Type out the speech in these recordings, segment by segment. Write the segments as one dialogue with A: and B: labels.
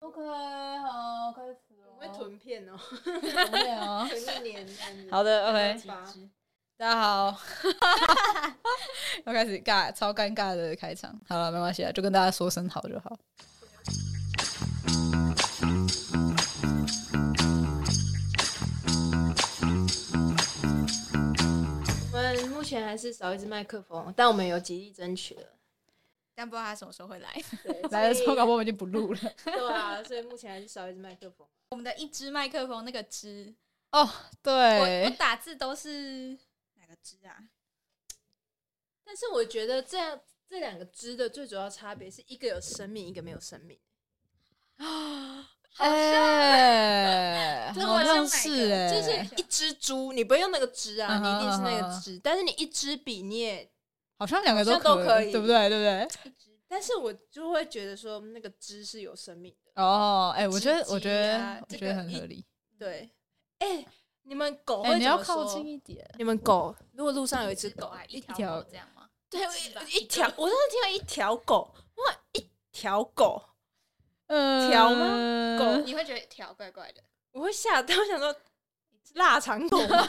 A: 哦，
B: 好累哦。
A: 存一年这样子。
C: 好 的，OK，
A: 好吧
C: 大家好，要开始尬超尴尬的开场。好了，没关系啊，就跟大家说声好就好。
A: 我们目前还是少一支麦克风，但我们有极力争取了。
B: 但不知道他什么时候会来。
A: 对，
C: 来的时候，搞
A: 所
C: 不好我们已经不录了。
A: 以 对啊，所以目前还是少一支麦克风。
B: 我们的一支麦克风，那个支，我我
C: 对，
B: 打字都是哪个支 啊？
A: 但是我觉得这样这两个支的最主要差别是一个有生命，一个没有生命。
C: 哎，
B: 真的
C: 好像
B: 像
C: 是
B: 哪
C: 哎，
B: 个
A: 就是一只猪，你不用那个只啊，
C: 嗯
A: 你一定是那
C: 嗯嗯
A: 个
C: 嗯
A: 只，但是你一支笔你也，
C: 好像两个
A: 好像都可以
C: 对不对？对不对？
A: 但是我就会觉得说那个只是有生命的。
C: 哦，哎，我觉得，
B: 直
C: 我觉
B: 击
C: 得
B: 啊，
C: 我
A: 这
C: 觉得
A: 个
C: 很
A: 一
C: 合理。
A: 对，哎，你们狗
C: 哎，
A: 会
C: 你
A: 怎
C: 要
A: 么
C: 靠
A: 说
C: 近一点。
A: 你们狗，如果路上有一只
B: 只
A: 狗，
B: 啊一
C: 一条
B: 条狗这样吗？
A: 对，
B: 是吧
A: 一一条，我当时听到一条狗，哇，一条狗，
C: 呃，
A: 条吗狗
B: 你会觉得一条怪怪的，
A: 我会吓到，我想说腊肠狗吗，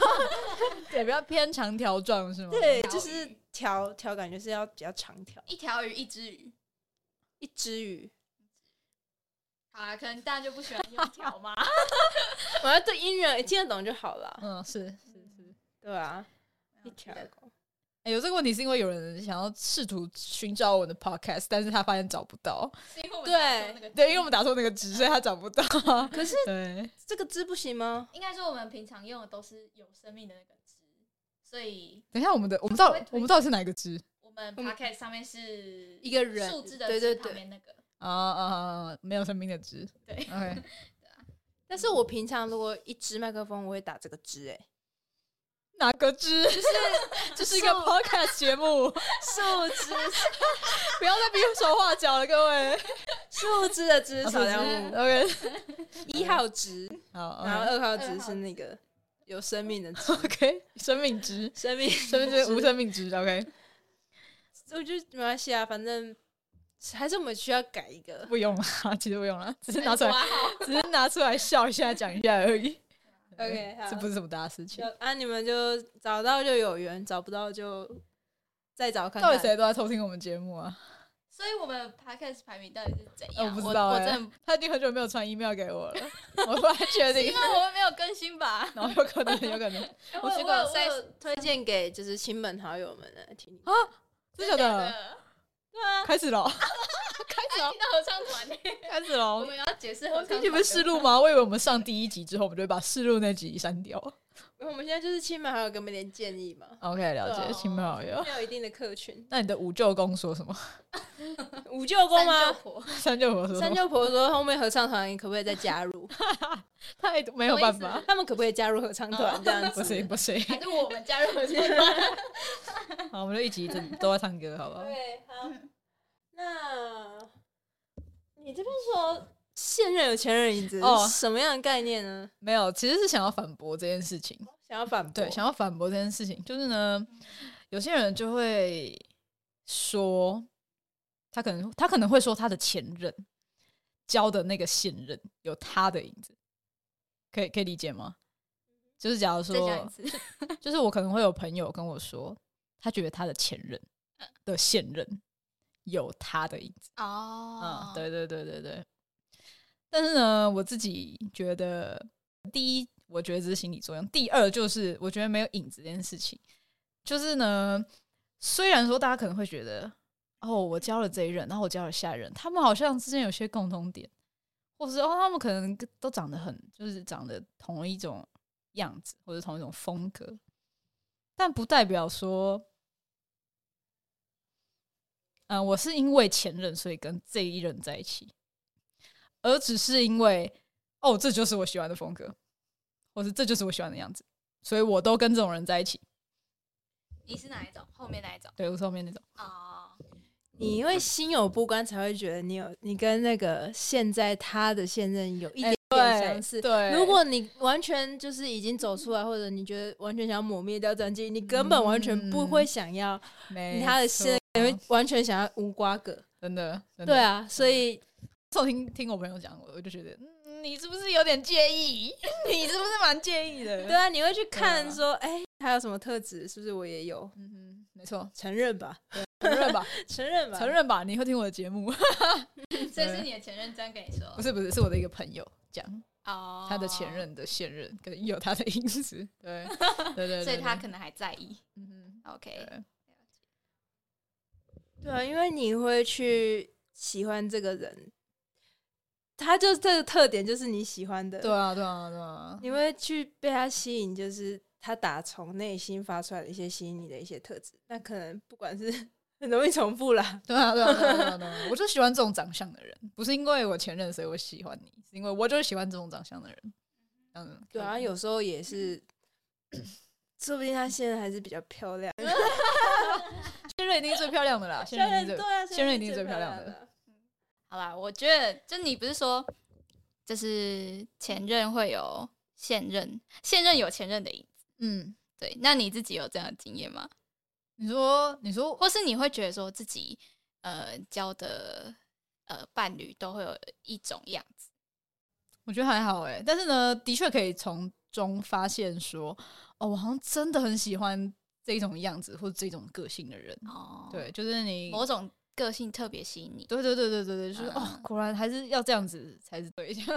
C: 对，比较偏长条状是吗？
A: 对，就是条条，感觉是要比较长条，
B: 一条鱼一只鱼。
A: 一只鱼，
B: 好啊，可能大家就不喜欢用条嘛。
A: 我要对音乐听得懂就好了，
C: 嗯，是是是。
A: 对啊，一条狗，
C: 哎，有这个问题是因为有人想要试图寻找我的 podcast，但是他发现找不到。
B: 是因为我们
A: 对
B: 打错那个字
C: 对，因为我们打错那个值，所以他找不到。
A: 可是
C: 对，
A: 这个字不行吗？
B: 应该说我们平常用的都是有生命的那个字，所以
C: 等一下，我们的我们到
B: 会推
C: 我们到底是哪一个值？
B: 我们
A: 我们
B: podcast 上面是
A: 一个人
B: 数字的
A: 对对
B: 字
A: 对
B: 旁边那个，
C: 啊啊啊！没有生命的值。
B: 对
C: ，OK，
A: 但是我平常如果一支麦克风，我会打这个支、欸，
C: 哪个值？这是一个 podcast 节目，
A: 树枝，
C: 不要再比手画脚了，各位。
A: 树枝的枝，少量
C: 物
A: 木，
C: ，OK，
A: 一号哦枝，
C: 好嗯
A: 然后二号
B: 二
A: 枝
B: 号
A: 是
B: 枝
A: 那个有生命的枝，
C: ，OK，生命值，
A: 生命
C: 生命值，无生命值，OK，
A: 我觉得没关系啊，反正还是我们需要改一个。
C: 不用了，其实不用了，只是拿出来，
B: 哇哦
C: 只是拿出来笑一下，讲一下而已。
A: OK，好
C: 这不是什么大事情
A: 就。啊，你们就找到就有缘，找不到就再找看
C: 到底
A: 看。
C: 谁都在偷听我们节目啊？
B: 所以我们 podcast 排名到底是怎
C: 我
B: 样？
C: 不知道
B: 我
C: 哎、
B: 我真的
C: 他已经很久没有传 email 给我了，我不太确定
B: 因。为我们没有更新 吧？
C: 然后有可能，有可 能，
A: 我
B: 我
A: 有
B: 结
A: 我
B: 果
A: 有
B: 在
A: 我有推荐给就是亲朋好友们来听。
C: 真的假的？
A: 对啊，
C: 开始了，哦
B: 开始到合唱 团欸，
C: 开始
B: 我
A: 哦
C: 了。
B: 们要解释合
C: 我
B: 唱团
C: 们你们试录吗？我以为我们上第一集之后，我们就会把试录那集删掉。
A: 我们现在就是亲朋好友给我们一点建议嘛，
C: OK，了
A: 对
C: 解，
A: 啊
C: 亲朋好友。
A: 要有一定的客群。
C: 那你的五舅公说什么？
A: 五舅公
B: 三
A: 吗
B: 舅？婆
C: 三舅婆说什
A: 三
C: 么？
A: 舅婆说后面合唱团可不可以再加 入？
C: 太没有办法，
A: 他们可不可以加入合唱团这 样
C: 不行
A: 子？
C: 不行。
B: 还是我们加入合唱团？
C: 好，我们就一集真都在唱歌，好不好？
A: 对，好。那你这边说现任有前任影子
C: 哦
A: 是什么样的概念呢？
C: 没有，其实是想要反驳这件事情。
A: 想要反驳？
C: 对，想要反驳这件事情，就是呢，有些人就会说，他可能他可能会说他的前任交的那个现任有他的影子，可以可以理解吗？就是假如
B: 嗯再讲一
C: 说，
B: 次，
C: 就是我可能会有朋友跟我说，他觉得他的前任的现任有他的影子。
B: 哦
C: 嗯，，对对对对对。但是呢，我自己觉得，第一，我觉得这是心理作用；第二，就是我觉得没有影子这件事情，就是呢，虽然说大家可能会觉得，哦，我交了这一任，然后我交了下一任，他们好像之间有些共同点，或者是哦，他们可能都长得很，就是长得同一种样子，或者同一种风格，但不代表说嗯、我是因为前任所以跟这一任在一起，而只是因为哦，这就是我喜欢的风格，或是这就是我喜欢的样子，所以我都跟这种人在一起。
B: 你是哪一种？后面哪一种？
C: 对，我是后面那种，
B: 哦，
A: 你因为心有不甘，才会觉得你有你跟那个现在他的现任有一点点相似。
C: 哎对，
A: 如果你完全就是已经走出来，或者你觉得完全想要抹灭掉这段记忆，你根本完全不会想要
C: 嗯没
A: 你他的现
C: 现
A: 任，你会完全想要无瓜葛。
C: 真的，真的
A: 对，啊，所以
C: 我听听我朋友讲，我我就觉得，嗯，你是不是有点介意？ 你是不是蛮介意的？
A: 对，啊，你会去看
C: 对啊
A: 说，哎、还有什么特质？是不是我也有？
C: 嗯哼，没错，
A: 承认吧，
C: 承认吧，
A: 承认吧，
C: 承。认吧，你会听我的节目？
B: 所以是你的前任这样跟你说
C: 不是不是，是我的一个朋友讲
B: 哦，
C: 他的前，任的现任，可能有他的 因子，对对对对，
B: 所以他
C: 对
B: 可能还在意。
C: 嗯哼
B: OK，
C: 对
A: 对啊，因为你会去喜欢这个人，他就这个特点就是你喜欢的，
C: 对啊对啊对啊，
A: 你会去被他吸引，就是他打从内心发出来的一些吸引你的一些特质。那可能不管是 很容易重复啦，
C: 对啊，对啊，对啊，对啊，对啊！ 我就喜欢这种长相的人，不是因为我前任所以我喜欢你，是因为我就是喜欢这种长相的人。嗯，
A: 对啊，有时候也是， 说不定他现在还是比较漂亮，
C: 现任一定是最漂亮的啦，现任一定
A: 对
C: 是
A: 啊，
C: 现任一定
A: 是
C: 是最漂亮的
A: 的。
B: 好啦，我觉得就你不是说，就是前任会有现任，现任有前任的影子。
C: 嗯，
B: 对，那你自己有这样的经验吗？
C: 你说你说
B: 或是你会觉得说自己呃交的呃伴侣都会有一种样子？
C: 我觉得还好哎、但是呢，的确可以从中发现说，哦，我好像真的很喜欢这种样子或者这种个性的人。
B: 哦，
C: 对，就是你，
B: 某种个性特别吸引你。
C: 对对对对对对，就是、哦
B: 嗯，
C: 果然还是要这样子才是对。
B: 不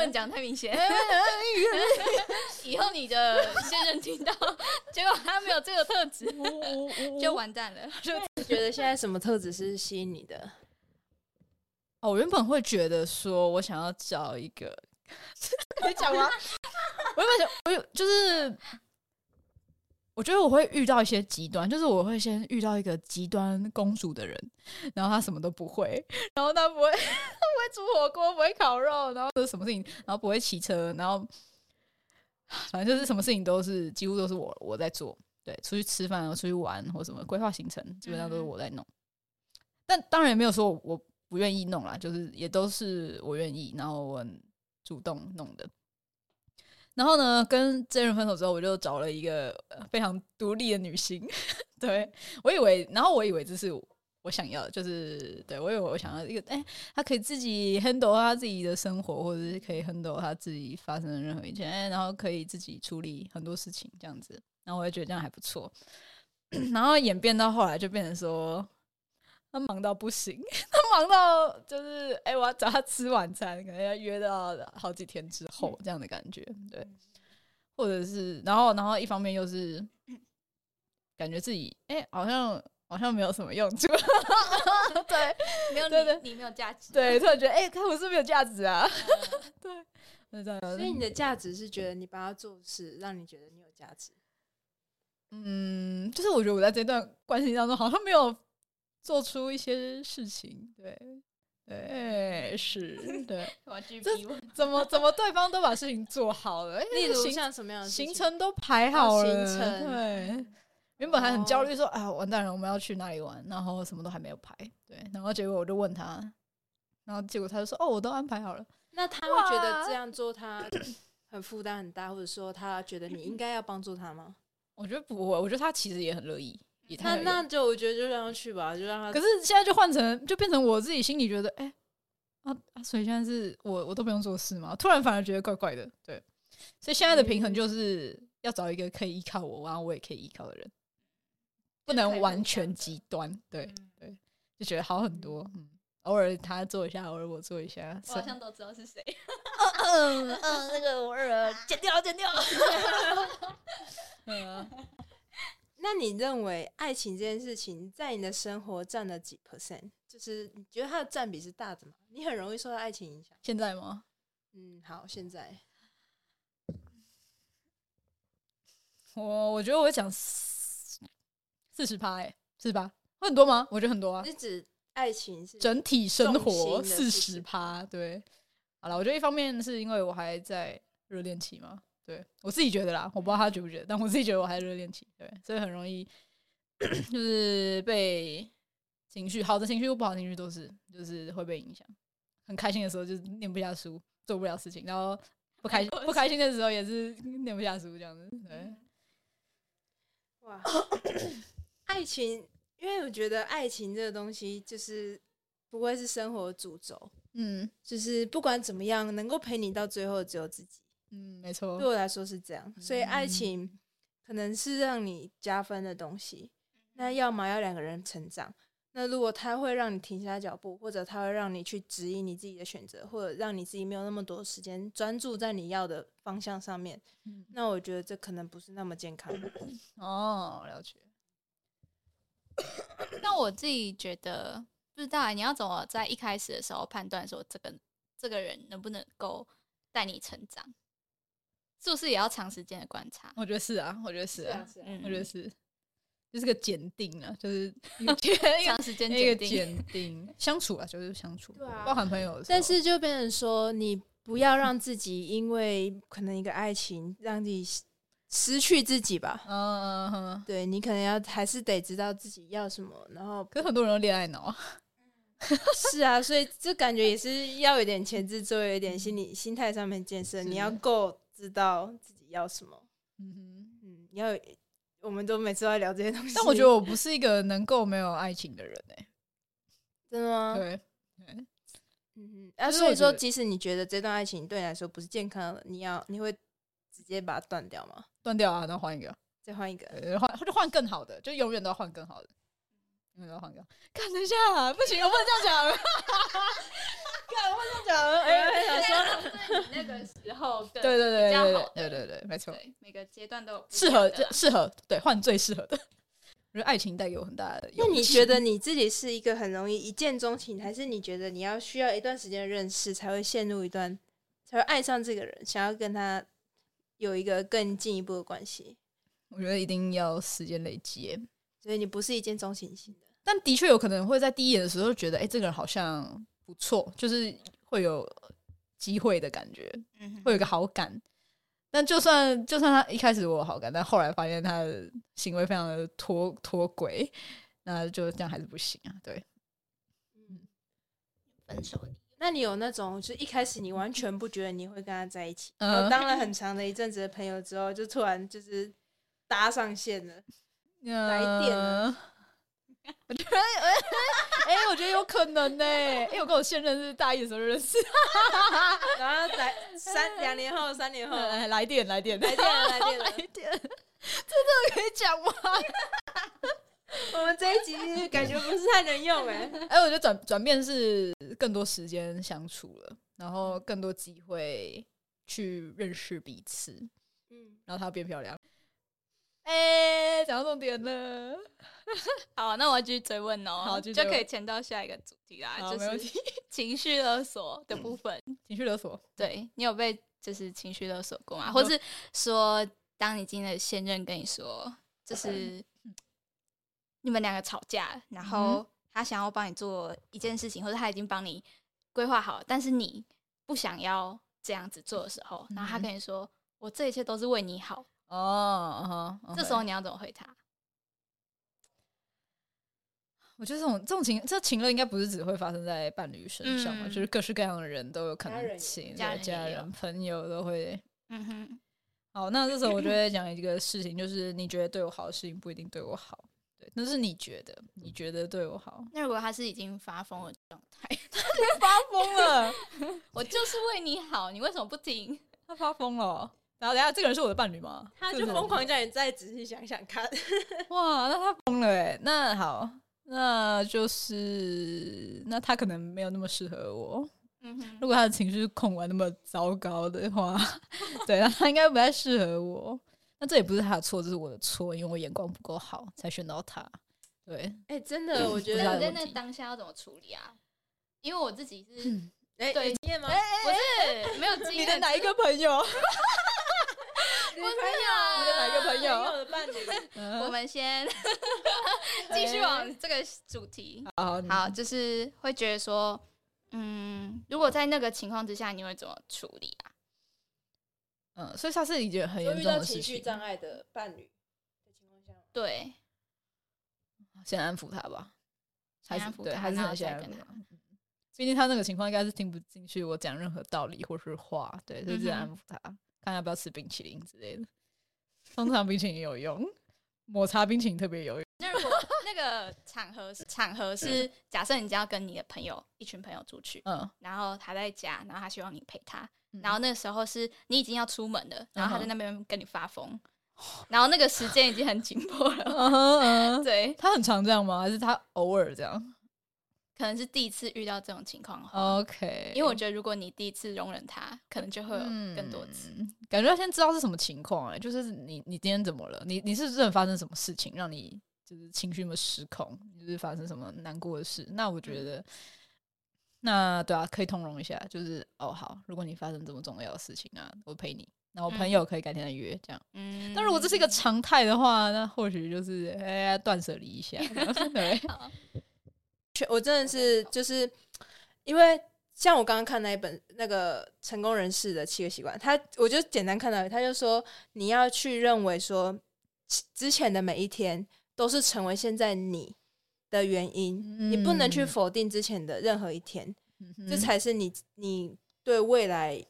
B: 能讲太明显，以后你 的现任听到，结果他没有这个特质，就完蛋了。
A: 你觉得现在什么特质是吸引你 的？
C: 哦，我原本会觉得说我想要找一个， 可以讲吗？ 我原本想，我有就是，我觉得我会遇到一些极端，就是我会先遇到一个极端公主的人，然后她什么都不会，然后她不会， 她不会煮火锅，不会烤肉，然后什么事情，然后不会骑车，然后反正就是什么事情都是几乎都是我我在做，对，出去吃饭啊，出去玩或什么规划行程，基本上都是
B: 嗯
C: 我在弄。但当然也没有说我我不愿意弄啦，就是也都是我愿意，然后我很主动弄的。然后呢，跟真人分手之后，我就找了一个呃非常独立的女性。 对我以为，然后我以为这是我想要的，就是对我以为我想要一个，哎、她可以自己 handle 她自己的生活，或者是可以 handle 她自己发生的任何一件，哎、然后可以自己处理很多事情这样子。然后我也觉得这样还不错。 然后演变到后来就变成说，他忙到不行， 他忙到就是哎、我要找他吃晚餐，可能要约到好几天之后这样的感觉，对，或者是然后然后一方面又是感觉自己哎、好像好像没有什么用处， 对
B: 没有
C: 对对
B: 你，你没有价值。
C: 对，突然觉得哎、看我是不是有价值 啊？ 对，就这样，
A: 嗯所以你的价值是觉得你帮他做事，让你觉得你有价值。
C: 嗯，就是我觉得我在这段关系当中好像没有做出一些事情，对，对，是，对，
B: 我要继续
C: 这
B: 逼问。
C: 怎么怎么对方都把事情做好了，哎
A: 例如
C: 行
A: 像什么样的事
C: 行
A: 情
C: 程都排
A: 还有
C: 好
A: 行
C: 了，
A: 程哦
C: 对。原本还很焦虑，说啊，完蛋了，我们要去哪里玩，然后什么都还没有排，对，然后结果我就问他，然后结果他就说，哦，我都安排好了，
A: 那他会觉得
C: 哇
A: 这样做他很负担很大，或者说他觉得你应该要帮助他吗？
C: 我觉得不会，我觉得他其实也很乐意，也
A: 那
C: 太乐意
A: 那就我觉得就让他去吧，就让
C: 可
A: 他。
C: 是现在就换成，就变成我自己心里觉得，哎、啊啊，所以现在是我我都不用做事嘛，突然反而觉得怪怪的，对。所以现在的平
B: 嗯
C: 衡就是要找一个可以依靠我，然后我也可以依靠的人，不能完全极端，对
B: 嗯
C: 对，就觉得好很多，嗯。偶尔他做一下，偶尔我做一下，
B: 我好像都知道是谁，
C: 嗯嗯，那个偶尔剪掉剪掉，嗯啊，
A: 那你认为爱情这件事情在你的生活占了几 percent？就是你觉得它的占比是大的吗？你很容易受到爱情影响。
C: 现在吗？
A: 嗯，好，现在
C: 我我觉得我会讲四十趴，哎，四十八，会很多吗？我觉得很多啊，
A: 是指爱情是
C: 整体生活
A: 重
C: 四
A: 心
C: 十
A: 的
C: 趴。对，好了，我觉得一方面是因为我还在热恋期嘛，对我自己觉得啦，我不知道他觉不觉得，但我自己觉得我还在热恋期，对，所以很容易 就是被情绪，好的情绪或不好的情绪都是，就是会被影响。很开心的时候就是念不下书，做不了事情，然后不开不开心的嗯时候也是念不下书这样子，对，
A: 哇， 爱情，因为我觉得爱情这个东西就是不会是生活的主轴，
C: 嗯
A: 就是不管怎么样，能够陪你到最后的只有自己。
C: 嗯，没错
A: 对，我来说是这样，所以爱
C: 嗯
A: 情可能是让你加分的东西。那要么要两个人成长，那如果他会让你停下脚步，或者他会让你去指引你自己的选择，或者让你自己没有那么多时间专注在你要的方向上面，
C: 嗯
A: 那我觉得这可能不是那么健康的。
C: 哦，了解。
B: 那我自己觉得，不知道欸你要怎么在一开始的时候判断说这个这个人能不能够带你成长，是不是也要长时间的观察？
C: 我觉得是啊，我觉得是啊，
B: 嗯，
C: 我觉得是，就是个检定啊，就是一个检一个
B: 长时间
C: 嗯一个
B: 鉴定，
C: 检定相处啊，就是相处，
A: 对啊
C: 包含朋友的时候，
A: 但是就变成说，你不要让自己因为可能一个爱情让你失失去自己吧。
C: 嗯，嗯嗯，
A: 对你可能要还是得知道自己要什么，然后
C: 可是很多人都恋爱脑啊，
A: 是啊，所以这感觉也是要有点前置作业，有点心理心态上面建设。
C: 是
A: 你要够知道自己要什么，
C: 嗯哼。
A: 嗯，你要有我们都每次都在聊这些东 西。
C: 但我觉得我不是一个能够没有爱情的人哎、
A: 真的吗？
C: 对，
A: 嗯，啊，
C: 就是
A: 所
C: 我
A: 以
C: 觉
A: 说，
C: 得
A: 即使你觉得这段爱情对你来说不是健康的，你要你会直接把它断掉吗？
C: 断掉啊，然后换一个，
A: 再换一个，
C: 对换就换更好的，就永远都要换更好的，永远都要换更好。看等一下啊、不行，我不能这样讲了。
A: 哎，想说
B: 是你那个时 候 更
C: 对对对
B: 比较
C: 对
B: 好
C: 对对
B: 的
C: 对对，没错，
B: 对每个阶段都有不一
C: 适
B: 样
C: 合
B: 的啦
C: 适合对换最适合的。 我觉得爱情带给我很大的勇气。
A: 那你觉得你自己是一个很容易一见钟情，还是你觉得你要需要一段时间的认识才会陷入一段，才会爱上这个人，想要跟他有一个更进一步的关系？
C: 我觉得一定要时间累积耶，
A: 所以你不是一见钟情型的，
C: 但的确有可能会在第一眼的时候就觉得，哎、这个人好像不错，就是会有机会的感觉。
B: 嗯哼
C: 会有一个好感。但就算就算他一开始我有好感，但后来发现他的行为非常的脱脱轨，那就这样还是不行啊。对，
B: 分手
A: 那你有那种就是一开始你完全不觉得你会跟他在一起，
C: 嗯
A: 然后当了很长的一阵子的朋友之后，就突然就是搭上线了，
C: 来
A: 电
C: 呢
A: 啊？
C: 我觉得，哎、哎我觉得有可能呢、哎、我跟我现任是大一的时候就认识，
A: 然后来三两年后、三年后来
C: 哎 来电来电来
A: 电了来电了，
C: 电，这真的可以讲吗？
A: 我们这一集感觉不是太能用哎、
C: 哎、我觉得转转变是更多时间相处了，然后更多机会去认识彼此。
A: 嗯，
C: 然后她变漂亮。哎、讲到重点了，
B: 好，那我要继续追问哦，
C: 好继续
B: 就
C: 追问
B: 可以牵到下一个主题啦，
C: 好
B: 啊就
C: 没问
B: 是
C: 题嗯
B: 情绪勒索的部分。
C: 情绪勒索，
B: 对你有被就是情绪勒索过吗？
C: 有
B: 或是说，当你今天的现任跟你说，就是嗯你们两个吵架，然后他想要帮你做一件事情，或者他已经帮你规划好，但是你不想要这样子做的时候，然后他
C: 嗯
B: 跟你说：“我这一切都是为你好。
C: 哦，嗯哼
B: 这时候你要怎么回他？
C: 我觉得这种这种情这情勒应该不是只会发生在伴侣身上嘛，
B: 嗯
C: 就是各式各样的人都有可能情，
B: 家人
C: 对
B: 也
C: 家
B: 有
C: 人、朋友都会。
B: 嗯哼，
C: 好，那这时候我就会讲一个事情，就是你觉得对我好的事情不一定对我好，对，那是你觉得，你觉得对我好，
B: 那如果他是已经发疯的状态，
C: 发疯了，
B: 我就是为你好，你为什么不听？
C: 他发疯了。然后等一下，这个人是我的伴侣吗？
A: 他
C: 这个
A: 就是
C: 我的
A: 疯狂叫你再仔细想想看，
C: 哇，那他疯了哎！那好，那就是那他可能没有那么适合我。
B: 嗯哼，
C: 如果他的情绪控管那么糟糕的话， 对，那他应该不太适合我。那这也不是他的错，这是我的错，因为我眼光不够好才选到他。对，
A: 哎、真的，我觉
C: 嗯不知道
A: 得
B: 那
C: 有
B: 你在
C: 问
B: 那
C: 题
B: 当下要怎么处理啊？因为我自己是。
A: 哎、
B: 对
A: 有经验吗？
B: 不是没有经
C: 你
B: 验，
C: 的哪一个朋 友？
A: 女朋友，
C: 你的哪一个朋友
A: 的 伴侣，
B: 我
C: 嗯
B: 们先继续往这个主题。
C: 好，嗯你
B: 好，就是会觉得说，嗯，如果在那个情况之下，你会怎么处理啊？
C: 嗯，所以他是一件很
A: 有
C: 严
A: 遇
C: 重
A: 到
C: 的
A: 情
C: 事
A: 绪
C: 情，
A: 障碍的伴侣的情况下，
B: 对，
C: 先安抚他吧，还
B: 先
C: 是
B: 安抚
C: 对，
B: 他
C: 还是
B: 然
C: 很
B: 后
C: 先
B: 再
C: 安
B: 跟
C: 抚
B: 他
C: 他。嗯毕竟他那个情况应该是听不进去我讲任何道理或是话，对，就是
B: 嗯哼
C: 安抚他，看要不要吃冰淇淋之类的。通常冰淇淋有用，抹茶冰淇淋特别有用。
B: 那如果那那个场合是场合是，假设你只要跟你的朋友一群朋友出去，
C: 嗯，
B: 然后他在家，然后他希望你陪他，
C: 嗯
B: 然后那个时候是你已经要出门了，然后他在
C: 嗯哼
B: 那边跟你发疯，然后那个时间已经很紧迫了。
C: 嗯哼嗯哼
B: 对，
C: 他很常这样吗？还是他偶尔这样
B: 可能是第一次遇到这种情况的话
C: ？OK，
B: 因为我觉得如果你第一次容忍他，可能就会有
C: 嗯
B: 更多次。
C: 感觉要先知道是什么情况哎、就是你你今天怎么了？你你是真的发生什么事情让你就是情绪有没有失控？就是发生什么难过的事？那我觉得，那对啊，可以通融一下，就是哦好，如果你发生这么重要的事情啊，我陪你。那我朋友可以改天再约这样。
B: 嗯，
C: 但如果这是一个 常态的话，那或许就是哎呀断舍离一下，对，
A: 全我真的是就是因为像我刚刚看那一本那个成功人士的七个习惯，他我就简单看到，他就说你要去认为说其之前的每一天都是成为现在你的原因，你不能去
C: 嗯
A: 否定之前的任何一天，这
C: 嗯
A: 才是你你对未来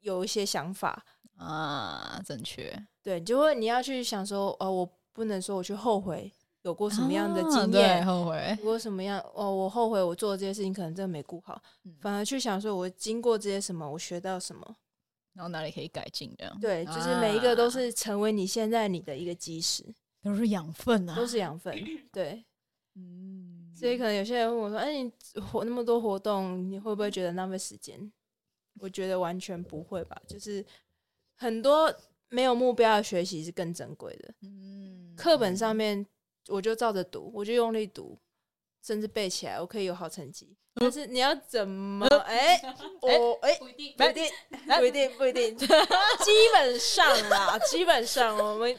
A: 有一些想法，
C: 啊正确。
A: 对，你就会你要去想说哦，我不能说我去后悔有过什么样的
C: 啊
A: 经
C: 对
A: 验，
C: 后悔
A: 如？果什么样哦，我后悔我做的这些事情，可能真的没顾好，
C: 嗯
A: 反而去想说我经过这些什么，我学到什么。
C: 然后哪里可以改进这样？
A: 对，就是每一个都
C: 啊
A: 是成为你现在你的一个基石，
C: 都是养分啊，
A: 都是养分。对，
C: 嗯，
A: 所以可能有些人问我说：“哎、你活那么多活动，你会不会觉得浪费时间？”我觉得完全不会吧，就是很多没有目标的学习是更珍贵的。
C: 嗯
A: 课本上面我就照着读，我就用力读，甚至背起来，我可以有好成绩。
C: 嗯
A: 但是你要怎么？ 哎、我哎、
B: 不一定
A: 不一定，不一定，不一定。基本上啦，基本上我们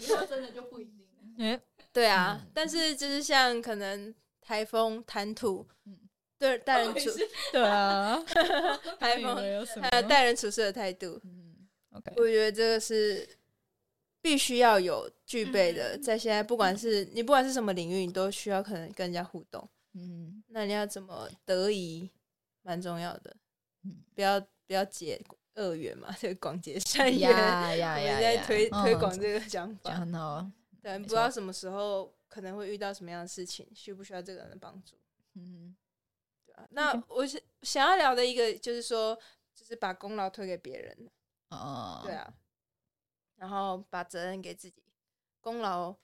B: 真的就不 一定。
C: 哎，
A: 对啊，但是就是像可能台风、谈吐
C: 嗯，
A: 对待人处
C: 对 啊，
A: 台
C: 你
A: 风，
C: 们有什么
A: 还有待人处事的态度，
C: 嗯，OK，
A: 我觉得这个是必须要有具备的。
B: 嗯
A: 在现在，不管是你不管是什么领域，你都需要可能跟人家互动。
C: 嗯
A: 那你要怎么得宜，蛮重要的。
C: 嗯
A: 不要不要结恶缘嘛，这个广结善缘。
C: 呀
A: 我
C: 呀
A: 们
C: 呀，
A: 在
C: 呀
A: 推推
C: 嗯
A: 广这个想
C: 讲
A: 法，
C: 很好啊，
A: 对，
C: 没
A: 不知道
C: 错
A: 什么时候可能会遇到什么样的事情，需不需要这个人的帮助，
C: 嗯
A: 对吧、那
C: OK
A: 我想想要聊的一个就是说，就是把功劳推给别人，
C: 哦，
A: 对，啊，然后把责任给自己，功劳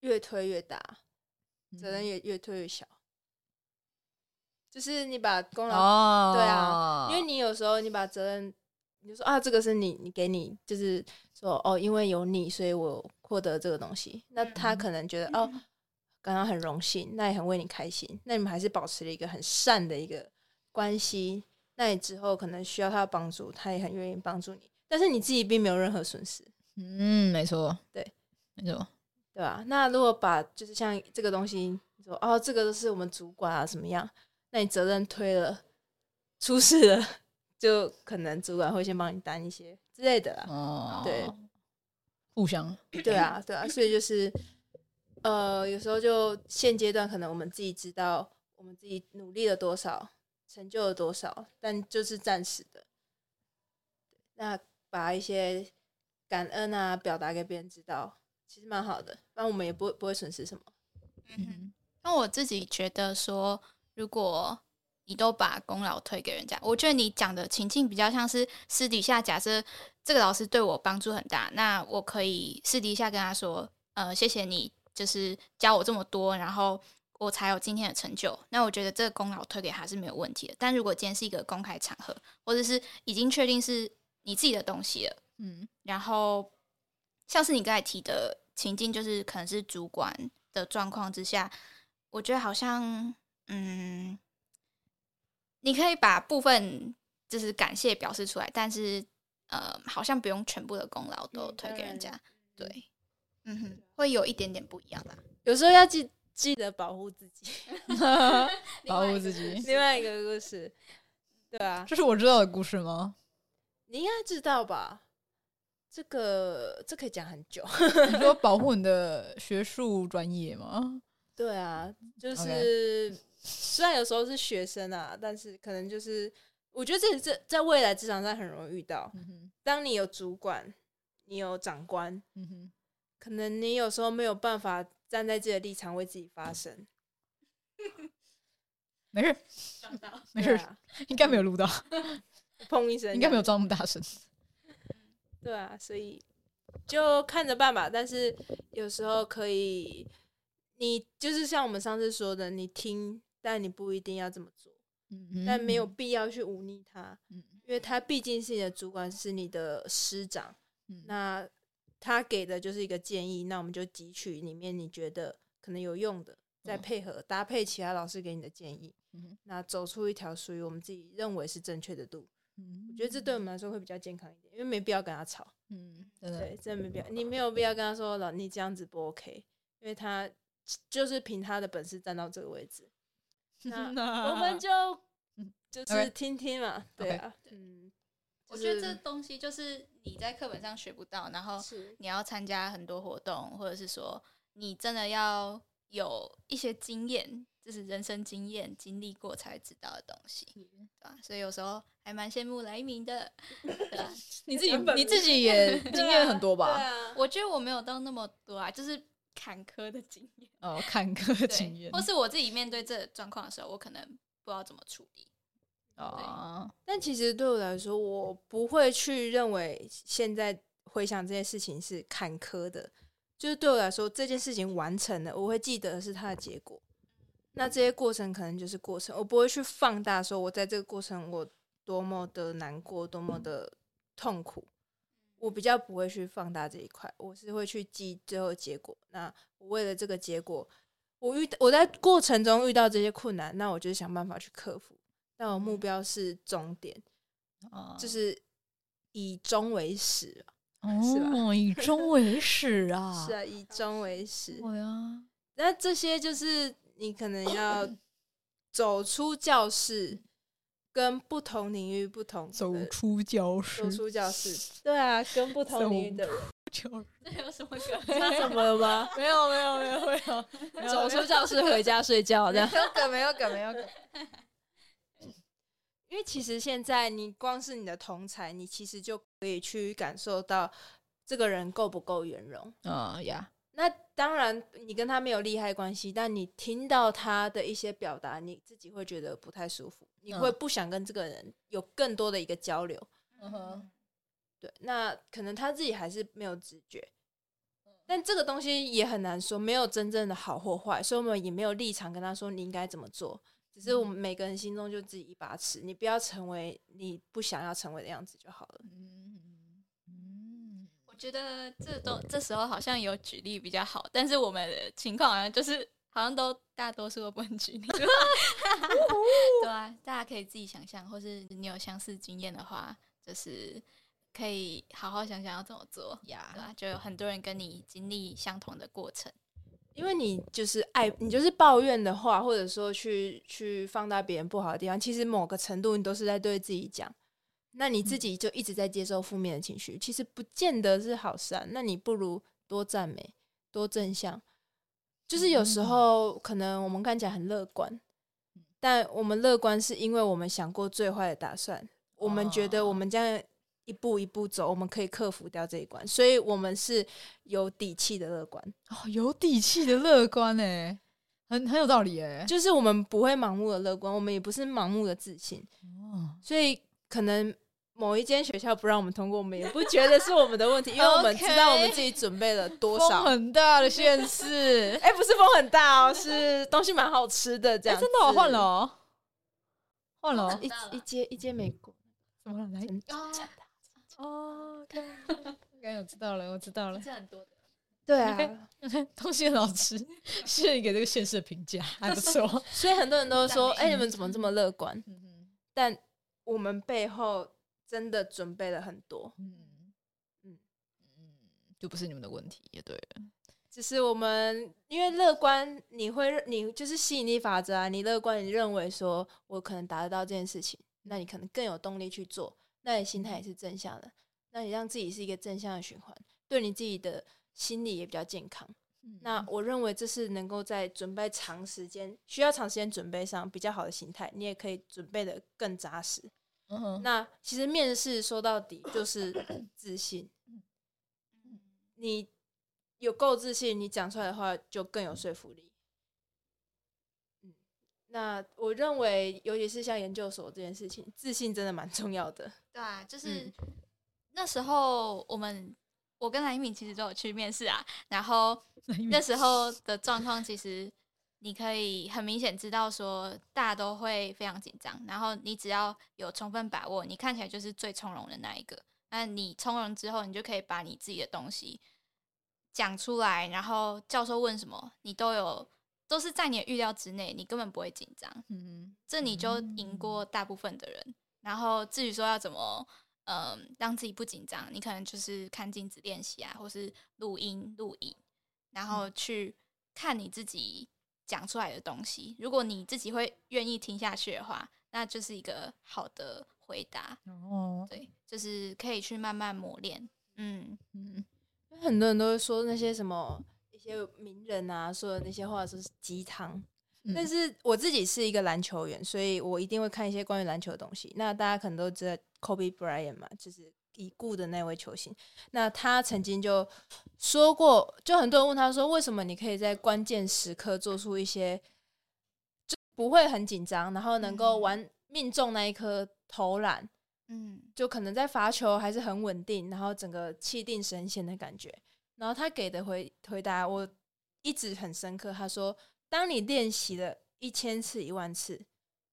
A: 越推越大，责
C: 嗯
A: 任也越推越小，就是你把功劳
C: 哦，
A: 对啊因为你有时候你把责任，你就说啊，这个是你，你给你就是说哦，因为有你，所以我获得这个东西。那他可能觉得哦，刚刚很荣幸，那也很为你开心，那你们还是保持了一个很善的一个关系。那你之后可能需要他的帮助，他也很愿意帮助你，但是你自己并没有任何损失，
C: 嗯，没错，
A: 对，
C: 没错，
A: 对吧、那如果把就是像这个东西，你说哦，这个都是我们主管啊，怎么样？那你责任推了，出事了，就可能主管会先帮你担一些之类的啦。
C: 哦，
A: 啊对，
C: 互相，
A: 对啊，对啊，所以就是呃，有时候就现阶段可能我们自己知道我们自己努力了多少，成就了多少，但就是暂时的。那把一些感恩啊表达给别人知道，其实蛮好的，不然我们也不会不会损失什么。
C: 嗯
B: 那我自己觉得说，如果你都把功劳推给人家，我觉得你讲的情境比较像是私底下，假设这个老师对我帮助很大，那我可以私底下跟他说，呃，谢谢你，就是教我这么多，然后我才有今天的成就。那我觉得这个功劳推给他是没有问题的。但如果今天是一个公开场合，或者是已经确定是你自己的东西了。
C: 嗯
B: 然后像是你刚才提的情境，就是可能是主管的状况之下，我觉得好像嗯，你可以把部分就是感谢表示出来，但是呃，好像不用全部的功劳都
A: 嗯
B: 推给人
A: 当
B: 家，
A: 然
B: 对，嗯哼，会有一点点不一样啦。
A: 有时候要记记得保护自己。
C: 保护自己，
A: 另外一个故事，对啊，
C: 这是我知道的故事吗？
A: 你应该知道吧？这个这可以讲很久。
C: 你说保护你的学术专业吗？
A: 对啊，就
C: OK
A: 是虽然有时候是学生啊，但是可能就是我觉得这这在未来职场上很容易遇到。
C: 嗯哼，
A: 当你有主管，你有长官，
C: 嗯哼，
A: 可能你有时候没有办法站在自己的立场为自己发声。
C: 没事，
B: 撞到。
C: 没
A: 对
C: 事，
A: 啊，
C: 应该没有录到，
A: 砰一声，
C: 应该没有。装那么大声。
A: 对啊，所以就看着办吧。但是有时候可以，你就是像我们上次说的，你听，但你不一定要这么做，
C: 嗯
A: 但没有，必要去忤逆他，
C: 嗯嗯
A: 因为他毕竟是你的主管，是你的师长，
C: 嗯
A: 那他给的就是一个建议，那我们就汲取里面你觉得可能有用的，再
C: 嗯
A: 配合搭配其他老师给你的建议
C: 嗯哼，
A: 那走出一条属于我们自己认为是正确的路。
C: 嗯
A: 我觉得这对我们来说会比较健康一点，因为没必要跟他吵。
C: 嗯，真的
A: 对，真的没必要，
C: 嗯
A: 你没有必要跟他说老你这样子不 OK，因为他就是凭他的本事站到这个位置。 那我们就
C: 嗯
A: 就
C: OK
A: 是听听嘛，对啊，嗯，
B: 我觉得
A: 就
B: 这
A: 是
B: 东西就是你在课本上学不到，然
C: 嗯
B: 后
A: 是
B: 你要参加很多活动，或者是说你真的要有一些经验，就是人生经验经历过才知道的东西，对吧、所以有时候还蛮羡慕莱明的， 对啊吧、
C: 你自己
A: 原本
C: 你自己也经验很多
A: 对
C: 吧？
A: 啊，
B: 我觉得我没有到那么多啊，就是坎坷的经验，
C: 哦，坎坷经
B: 对
C: 验，
B: 或是我自己面对这个状况的时候，我可能不知道怎么处理。
C: 哦，
A: 但其实对我来说，我不会去认为现在回想这件事情是坎坷的，就是对我来说，这件事情完成了，我会记得是它的结果。那这些过程可能就是过程，我不会去放大说我在这个过程我多么的难过，多么的痛苦。我比较不会去放大这一块，我是会去记最后的结果。那我为了这个结果，我遇我在过程中遇到这些困难，那我就是想办法去克服。但我
C: 嗯
A: 目标是终点，
C: 哦
A: 就是以终为始吧。是吧
C: 哦，以终为始啊，
A: 是啊，呃以终为始。
C: 对啊，
A: 那这些就是你可能要走出教室，跟不同领域、不同的
C: 走出教室
A: 走，出教室。对啊，跟不同领域的人。
C: 教室
B: 这有什么梗？
A: 怎么了吗？
C: 没有没有没有没有，没有
D: 走出教室回家睡觉，这样
A: 没有梗，没有梗，没有梗。 因为其实现在你光是你的同才，你其实就可以去感受到这个人够不够圆融。
C: 嗯 呀，
A: 那当然，你跟他没有利害关系，但你听到他的一些表达，你自己会觉得不太舒服，你会不想跟这个人有更多的一个交流。
C: 嗯哼，
A: 对，那可能他自己还是没有直觉，
C: 嗯
A: 但这个东西也很难说，没有真正的好或坏，所以我们也没有立场跟他说你应该怎么做。只
C: 嗯
A: 是我们每个人心中就自己一把尺，你不要成为你不想要成为的样子就好了。
C: 嗯嗯
B: 我觉得这都这时候好像有举例比较好，但是我们的情况好像就是好像都大多数都不能举例，对啊，大家可以自己想象，或是你有相似经验的话，就是可以好好想想要怎么做，对
C: 呀，
B: 啊，就有很多人跟你经历相同的过程，
A: 因为你就是爱，你就是抱怨的话，或者说去去放大别人不好的地方，其实某个程度你都是在对自己讲。那你自己就一直在接受负面的情绪，其实不见得是好事啊。那你不如多赞美，多正向。就是有时候可能我们看起来很乐观，但我们乐观是因为我们想过最坏的打算，我们觉得我们这样一步一步走，我们可以克服掉这一关，所以我们是有底气的乐观。
C: 哦，有底气的乐观哎，很很有道理哎，
A: 就是我们不会盲目的乐观，我们也不是盲目的自信，
C: 哦
A: 所以可能某一间学校不让我们通过，我们也不觉得是我们的问题，因为我们知道我 们自己准备了多
C: 风
A: 少。
C: 很大的现 实，
A: 哎、不是风很大哦，是东西蛮好吃的，这
C: 哎，
A: 样、
C: 真的哦换了，哦，换了哦，
A: 一一阶一阶美国，
C: 怎么了？来
A: 真
C: 哦，OK，OK，我知道了，我知道了。
B: 这很多的。
A: 对
C: OK
A: 啊，
C: 东西很好吃，谢谢给这个县市的评价，还不 错。
A: 所以很多人都说，
B: 赞
A: 哎、
B: 美
A: 你们怎么这么乐观？
C: 嗯
A: 但我们背后真的准备了很多，
C: 嗯
A: 嗯
C: 嗯，就不是你们的问题，也对了。
A: 只是我们因为乐观，你会你就是吸引力法则啊。你乐观，你认为说我可能达得到这件事情，那你可能更有动力去做，那你心态也是正向的，那你让自己是一个正向的循环，对你自己的心理也比较健康。那我认为这是能够在准备长时间需要长时间准备上比较好的心态，你也可以准备的更扎实。
C: 嗯哼
A: 那其实面试说到底就是自信。你有够自信，你讲出来的话就更有说服力。嗯，那我认为，尤其是像研究所这件事情，自信真的蛮重要的。
B: 对啊，就是、那时候我们我跟蓝一敏其实都有去面试啊，然后那时候的状况其实你可以很明显知道说大家都会非常紧张，然后你只要有充分把握，你看起来就是最从容的那一个。那你从容之后，你就可以把你自己的东西讲出来，然后教授问什么，你都有都是在你的预料之内，你根本不会紧张。
C: 嗯
B: 这你就赢过大部分的人。然后至于说要怎么，嗯、让自己不紧张，你可能就是看镜子练习啊，或是录音录影，然后
A: 嗯
B: 去看你自己讲出来的东西。如果你自己会愿意听下去的话，那就是一个好的回答。
C: 哦，
B: 对，就是可以去慢慢磨练。嗯，
C: 嗯，
A: 很多人都会说那些什么一些名人啊说的那些话，说是鸡汤。
C: 嗯
A: 但是我自己是一个篮球员，所以我一定会看一些关于篮球的东西。那大家可能都知道 Kobe Bryant 嘛，就是已故的那位球星。那他曾经就说过，就很多人问他说，为什么你可以在关键时刻做出一些就不会很紧张，然后能够
B: 嗯
A: 玩命中那一颗投篮，
B: 嗯，
A: 就可能在罚球还是很稳定，然后整个气定神闲的感觉。然后他给的回回答我一直很深刻，他说：“当你练习了一千次、一万次，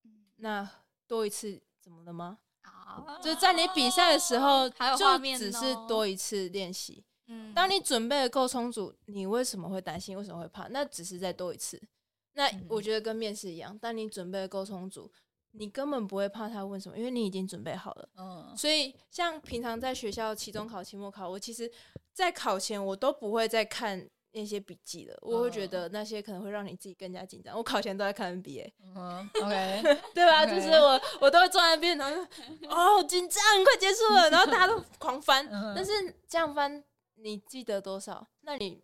B: 嗯
A: 那多一次怎么了吗？
B: 好，
A: 就在你比赛的时候，
B: 哦还有画
A: 就
B: 面
A: 只是
B: 哦
A: 多一次练习。
B: 嗯，
A: 当你准备的够充足，你为什么会担心？为什么会怕？那只是再多一次。那
C: 嗯
A: 我觉得跟面试一样，当你准备的够充足，你根本不会怕他问什么，因为你已经准备好了。”
C: 嗯，
A: 所以像平常在学校期中考、期末考，我其实，在考前我都不会再看那些笔记了，我会
C: 嗯
A: 觉得那些可能会让你自己更加紧张。我考前都在看 NBA，
C: 嗯，OK，
A: 对吧？
C: 对
A: 就是我我都会坐在那边，然后就哦紧张，快结束了，然后大家都狂翻，
C: 嗯
A: 但是这样翻你记得多少？那你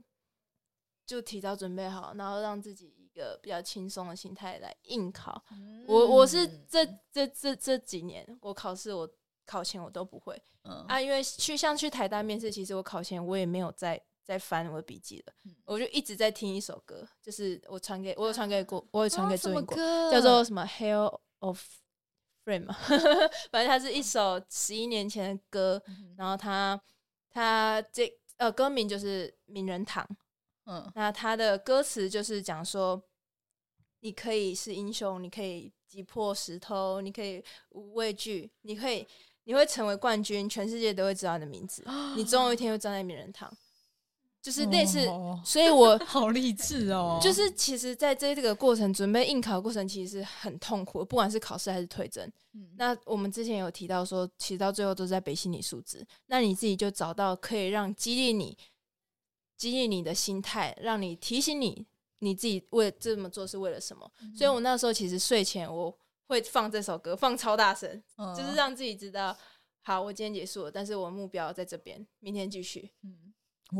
A: 就提早准备好，然后让自己一个比较轻松的心态来应考。我我是
C: 嗯
A: 这这这这几年，我考试我考前我都不会
C: 嗯
A: 啊，因为去像去台大面试，其实我考前我也没有再再翻我的笔记了
C: 嗯，
A: 我就一直在听一首歌，就是我传给我有传给过，我有传给朱
C: 啊哦什么
A: 云过，
C: 歌
A: 叫做什么《Hell of Frame》嘛， 反正它是
C: 嗯
A: 一首十一年前的歌，然后它它这呃歌名就是《名人堂》，
C: 嗯
A: 那它的歌词就是讲说，你可以是英雄，你可以击破石头，你可以无畏惧，你可以你会成为冠军，全世界都会知道你的 名字，你总有一天会站在名人堂，就是类似。
C: 哦
A: 所以我
C: 好励志哦，
A: 嗯就是其实在这个过程准备应考的过程，其实是很痛苦的，不管是考试还是推甄。
C: 嗯
A: 那我们之前有提到说，其实到最后都是在背心理素质。那你自己就找到可以让激励你、激励你的心态，让你提醒你你自己为这么做是为了什么。
C: 嗯
A: 所以我那时候其实睡前我会放这首歌，放超大声，
C: 嗯
A: 就是让自己知道，好，我今天结束了，但是我目标在这边，明天 继续。
C: 嗯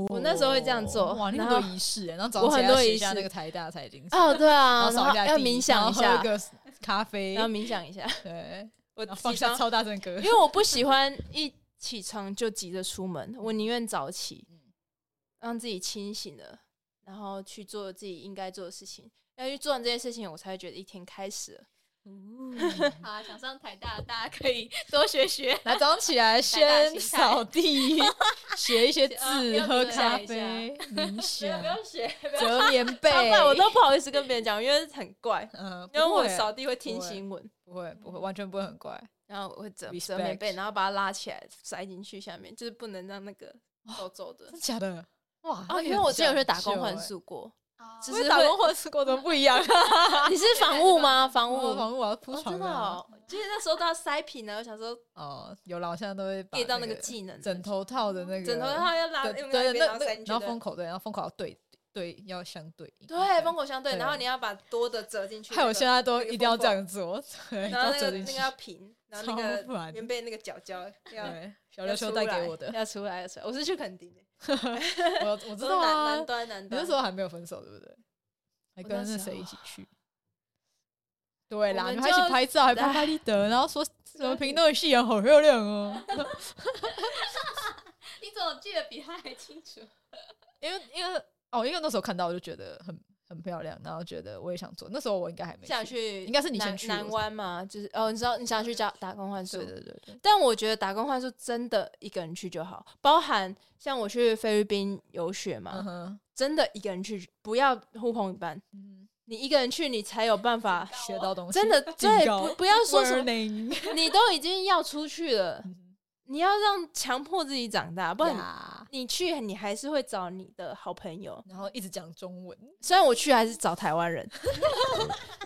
A: 我那时候会这样做
C: 哇，你很
A: 然后
C: 多仪式哎，然后早
A: 我
C: 上起
A: 很
C: 来要
A: 多
C: 写
A: 仪
C: 一下
A: 式
C: 那个台大财经，
A: 哦，对啊，
C: 然后扫一下
A: 然后要
C: 地
A: 冥想一
C: 然后
A: 下
C: 喝，个咖啡
A: 然，后冥想一 下。
C: 对，
A: 我
C: 然后放
A: 起
C: 下
A: 床，
C: 超大声 歌
A: 因，为我不喜欢一起床就急着出门，我宁愿早起
C: 嗯，
A: 让自己清醒了，然后去做自己应该做的事情。要去做完这些事情，我才会觉得一天开始了。
B: 好啊，想上台大，大家可以多 学学。
C: 来早上起来
B: 大
C: 先
B: 心态
C: 扫地，写一些
A: 哦
B: 啊
C: 字，
B: 要
C: 喝
B: 对
C: 咖
B: 一下
C: 啡，冥
A: 啊
C: 想，
A: 学，
C: 折棉被
A: 超怪，我都啊不好意思跟别人讲，因为很怪，
C: 嗯，
A: 因为
C: 不
A: 我
C: 会
A: 扫地会听
C: 不会
A: 新闻，
C: 不会不会完全不会很怪，
A: 然后我会折
C: Respect
A: 折棉被，然后把它拉起来塞进去下面，就是不能让那个皱皱哦的
C: 真。假的？哇
A: 哦，因为我之前有去欸打工
C: 那
A: 换，
C: 个很讲究欸
A: 宿过，
B: 哦
C: 欸
A: 就
C: 我
A: 是
C: 也打
A: 会
C: 工换宿过怎么不一样？
A: 你是房务吗？房务，
C: 我房屋我要铺
A: 哦
C: 床
A: 真的
C: 啊
A: 哦，就是那时候都要塞平呢，我想说
C: 哦，有啦，我现在都会把
A: 给到那
C: 那
A: 个技能，
C: 枕头套的那个
A: 枕头套要拉，
C: 对
A: 用
C: 对
A: 那
C: 对，
A: 边然
C: 那
A: 后塞
C: 那
A: 进去
C: 然后
A: 对
C: 风口对，然后风口要对对要相对应，
A: 对风口相对，
C: 对
A: 然后你要把多的折进去。
C: 害我现在都
A: 那个
C: 一定要
A: 风
C: 这
A: 口
C: 样做，对，
A: 那个，然后
C: 要
A: 那
C: 折进
A: 个那
C: 去
A: 个要平，然后
C: 超
A: 那个
C: 烦
A: 棉被那个角角要
C: 对，小
A: 要
C: 刘秋
A: 出
C: 带
A: 来
C: 给我 的，
A: 要出来要出来。我是去垦丁的，
C: 我我知
A: 都
C: 道
A: 南
C: 啊
A: 南，端南
C: 你那
A: 端
C: 时。候还没有分手，对不对？还
A: 我
C: 跟
A: 那
C: 那
A: 时
C: 谁
A: 候
C: 一起 去？对啦，
A: 我
C: 你们
A: 们
C: 还一起
A: 就
C: 拍照， 还拍拍立得，然后说什么屏东的夕啊阳好漂 亮哦。
B: 哦你怎么记得比他还清楚？
C: 因为因为哦，因为那时候看到我就觉得很很漂亮，然后觉得我也想做。那时候我应该还没
A: 想去
C: 应该是你
A: 南
C: 先去
A: 南
C: 我
A: 湾嘛，就是哦，你知道你想去打打工换宿
C: 对，对对对，
A: 但我觉得打工换宿真的一个人去就好，包含像我去菲律宾游学嘛，
C: 嗯哼，
A: 真的一个人去，不要呼朋引伴，
C: 嗯
A: 你一个人去你才有办法，
C: 学到东西，
A: 真的
C: 警
A: 对，
C: 告
A: 不不要说什么，
C: Warning
A: 你都已经要出去了，
C: 嗯
A: 你要让强迫自己长大， 不然
B: 呀
A: 你去你还是会找你的好朋友，
C: 然后一直讲中文，
A: 虽然我去还是找台 湾人，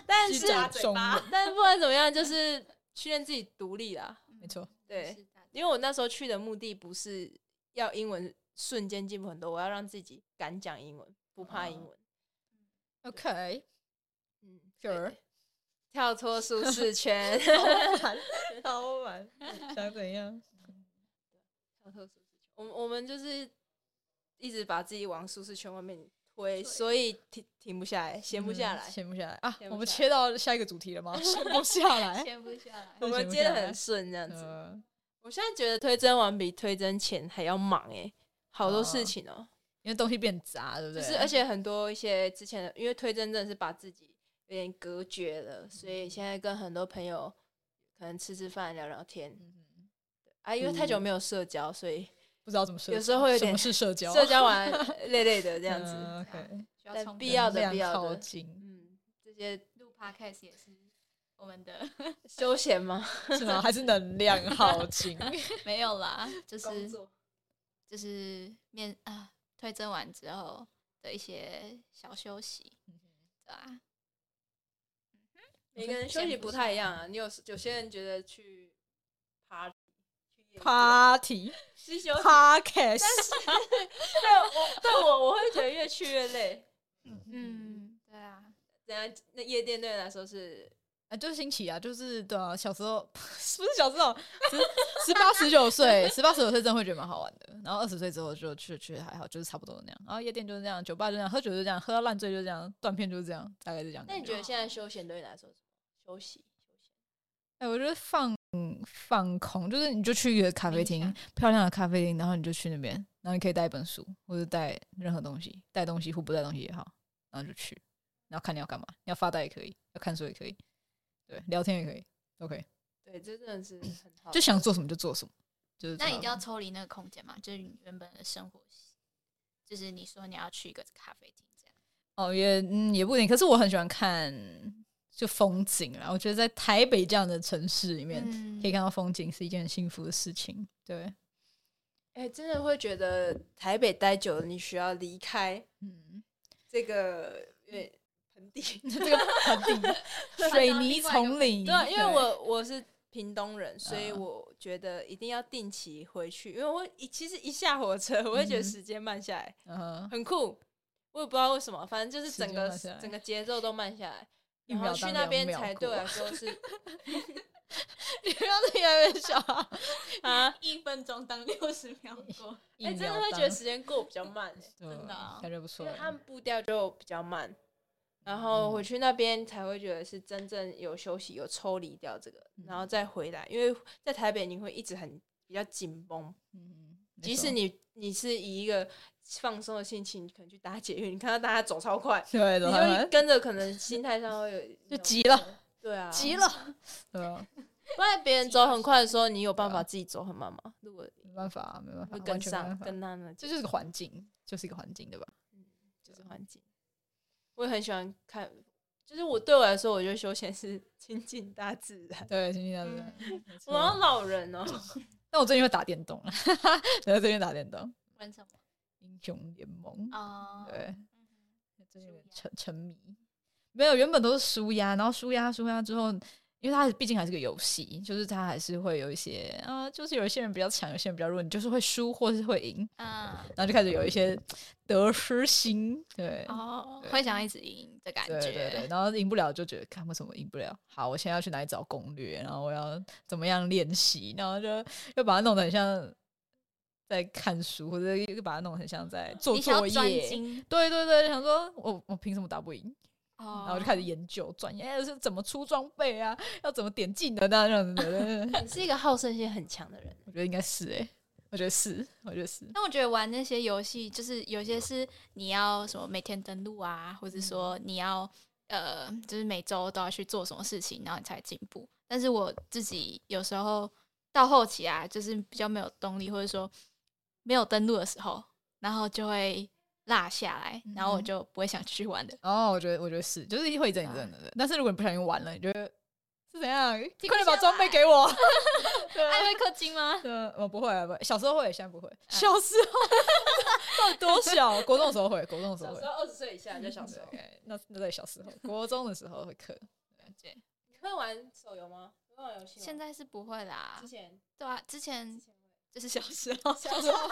A: 但
C: 一直
A: 是
C: 讲中 文，
A: 但不管怎么样，就是训练自己独立啦。
C: 没错，
A: 对，，因为我那时候去的目的不是要英文瞬间进步很多，我要让自己敢讲英文，不怕
C: 哦
A: 英文。
C: OK，
A: 嗯，
C: sure
A: 对跳脱舒适圈，
C: 超玩，想怎样？
A: 我我们就是一直把自己往舒适圈外面推，所以停停不下来，闲不下来
C: 嗯。闲不下来啊
A: 闲不！下来
C: 我们切到下一个主题了 吗？闲不下
A: 哎
C: 来，
B: 闲不下来
A: 我
C: 闲
A: 们
C: 不
A: 接的
C: 下来
A: 很顺，这样子。
C: 呃，
A: 我现在觉得推甄完比推甄前还要忙哎、好多事情哦、
C: 因为东西变杂，对不嗯
A: 就
C: 对？啊
A: 是而且很多一些之前的，因为推甄真的是把自己有点隔绝了，所以现在跟很多朋友可能吃吃饭、聊聊天
C: 嗯
A: 啊，因为太久没有社交，所以
C: 不知道怎么社交，
A: 有时候会有
C: 什
A: 点
C: 么是社交，
A: 社交 完累累的这
C: 这
A: 样子，
C: OK，
B: 需要
A: 但
B: 充
A: 必要的
C: 能量
A: 必要的
C: 靠近
A: 嗯，这些
B: 录 podcast 也是我们的，
A: 休闲吗？
C: 是吗？还是能量耗尽？
B: 没 有啦，就是
A: 作
B: 就是面啊，推甄完之后的一些小休息，对啊，
A: 嗯
B: 嗯
A: 每个人休息不太一样啊，你有有些人觉得去爬。去夜店
C: Party
A: 是休息，
C: podcast，
A: 但我但我我会觉得越去越累。
B: 嗯，对啊，
A: 等下那夜店对你来说是
C: 啊，就是兴起啊，就是对啊，小时候 不是小时候，十十八十九岁，十八十九岁真的会觉得蛮好玩的。然后二十岁之后就去去还好，就是差不多那样。然后夜店就是这样，酒吧就这样，喝酒就这样，喝到烂醉就这样，断片就是这样，大概是这样。
A: 那你觉得现在休闲对你来说是什么？休息，
C: 哎、我觉得放放空，就是你就去一个咖啡
B: 冥
C: 厅
B: 想，
C: 漂亮的咖啡厅，然后你就去那边，然后你可以带一本书，或者带任何东西，带东西或不带东西也好，然后就去，然后看你要干嘛，你要发呆也可以，要看书也可以，对，聊天也可以，OK，
A: 对，这真的嗯是很好。
C: 就想做什么就做什么，就是
B: 那
C: 这
B: 你
C: 样
A: 啊
B: 一定要抽离那个空间嘛，就是你原本的生活习，就是你说你要去一个咖啡厅这样，
C: 哦，也嗯也不一定，可是我很喜欢看就风景啦，我觉得在台北这样的城市里面，
B: 嗯
C: 可以看到风景是一件很幸福的事情，对，
A: 哎、真的会觉得台北待久了，你需要离开
C: 嗯，
A: 这个有点盆 地。
C: 这个盆 地水泥丛林，
A: 对，因为我我是屏东人，所以
C: 嗯
A: 我觉得一定要定期回去，因为我一其实一下火车，我会觉得
C: 嗯哼
A: 时间慢下来，
C: 嗯 哼
A: 很酷。我也不知道为什么，反正就是
C: 时间
A: 整个
C: 慢下来
A: 整个节奏都慢下来，
C: 一
A: 然后
C: 秒
A: 去
C: 当
A: 那
C: 两
A: 边
C: 秒
A: 才
C: 过
A: 对我来说 是
C: 你不要越来越小 啊，
A: 啊，
B: 一分钟当六十秒 过，
A: 哎、真的会觉得时间过 比较慢、欸，
C: 真
B: 真的啊
C: 感觉不错
A: 因为。他们步调就比较慢，然后
C: 嗯
A: 回去那边才会觉得是真正有休息、有抽离掉这个，然
C: 嗯
A: 后再回来。因为在台北你会一直很比较紧绷，
C: 嗯没错
A: 即使你你是以一个放松的心情，可能去搭捷运，你看到大家走超快，
C: 对
A: 你
C: 的
A: 就
C: 话，
A: 会跟着可能心态上会有
C: 就
A: 那种
C: 急了，
A: 对啊，
C: 急。了，嗯对啊，
A: 不然别人走很快的时候，你有办法自己走很慢吗？如果
C: 没办法啊，没办法，
A: 会
C: 完
A: 跟
C: 全没
A: 上
C: 办，法
A: 跟他们
C: 这就是个环境，就是一个环境，对吧？
A: 就是环境。我也很喜欢看，就是我对我来说，我觉得休闲是亲近大自然。
C: 对，今天这样
B: 嗯
A: 我要老人哦、
C: 那我最近会打电动了，对，最近打电动，
B: 玩什么
C: 英雄联盟，
B: 啊？
C: 对，最近有
B: 舒
C: 点
B: 压
C: 沉沉迷。没有，原本都是舒压，然后舒压舒压之后，因为它毕竟还是个游戏，就是它还是会有一些啊、就是有一些人比较强，有些人比较弱，你就是会输或是会赢，
B: 嗯，
C: 然后就开始有一些得失心，对，
B: 哦，
C: 对
B: 会想一直赢的感
C: 对
B: 觉，
C: 对对，然后赢不了就觉得，看为什么赢不了？好，我现在要去哪里找攻略，然后我要怎么样练习，然后就又把它弄得很像在看书，或者又把它弄得很像在做
B: 哦你想
C: 作
B: 要专
C: 业。
B: 精
C: 对对对，想说我我凭什么打不赢？
B: 哦，
C: 然后就开始研究钻研，哎，是怎么出装备啊？要怎么点技能啊？这样子的，对对对
A: 你是一个好胜心很强的人，
C: 我觉得应该是哎、我觉得是，我觉得是，
B: 但我觉得玩那些游戏，就是有些是你要什么每天登录啊，或者说
C: 嗯
B: 你要呃，就是每周都要去做什么事情，然后你才进步。但是我自己有时候到后期啊，就是比较没有动力，或者说没有登录的时候，然后就会落下来，然后我
C: 嗯
B: 就不会想去 玩的。
C: 哦，我觉得我觉得是，就是会一阵一
B: 啊
C: 阵的。对但是如果你不小心玩了，你觉得是怎样？
B: 停不
C: 快点
B: 下
C: 把装备
B: 来
C: 给我。 对啊
B: 艾瑞氪金吗？
C: 呃，我不会啊，不会，小时候会，现在
A: 嗯
C: 不会。小时候 到底多小？国中的时候会，国中的时候
D: 小
C: 会
D: 时。候二十岁以下就小
C: 嗯
D: 时候，
C: 对，那那对小时候，国中的时候会 磕。
A: 你会玩手游吗？你会玩游戏吗？
B: 现在是不会啦
A: 之，前
B: 对啊，之前
A: 之前
B: 就是小时候，
A: 小时候，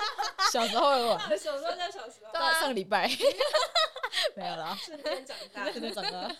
C: 小时候会玩，
A: 小时候叫 小时候
B: 对，
C: 到
B: 啊
C: 上个礼拜没有啦，
A: 瞬间长大。
C: 真的长大。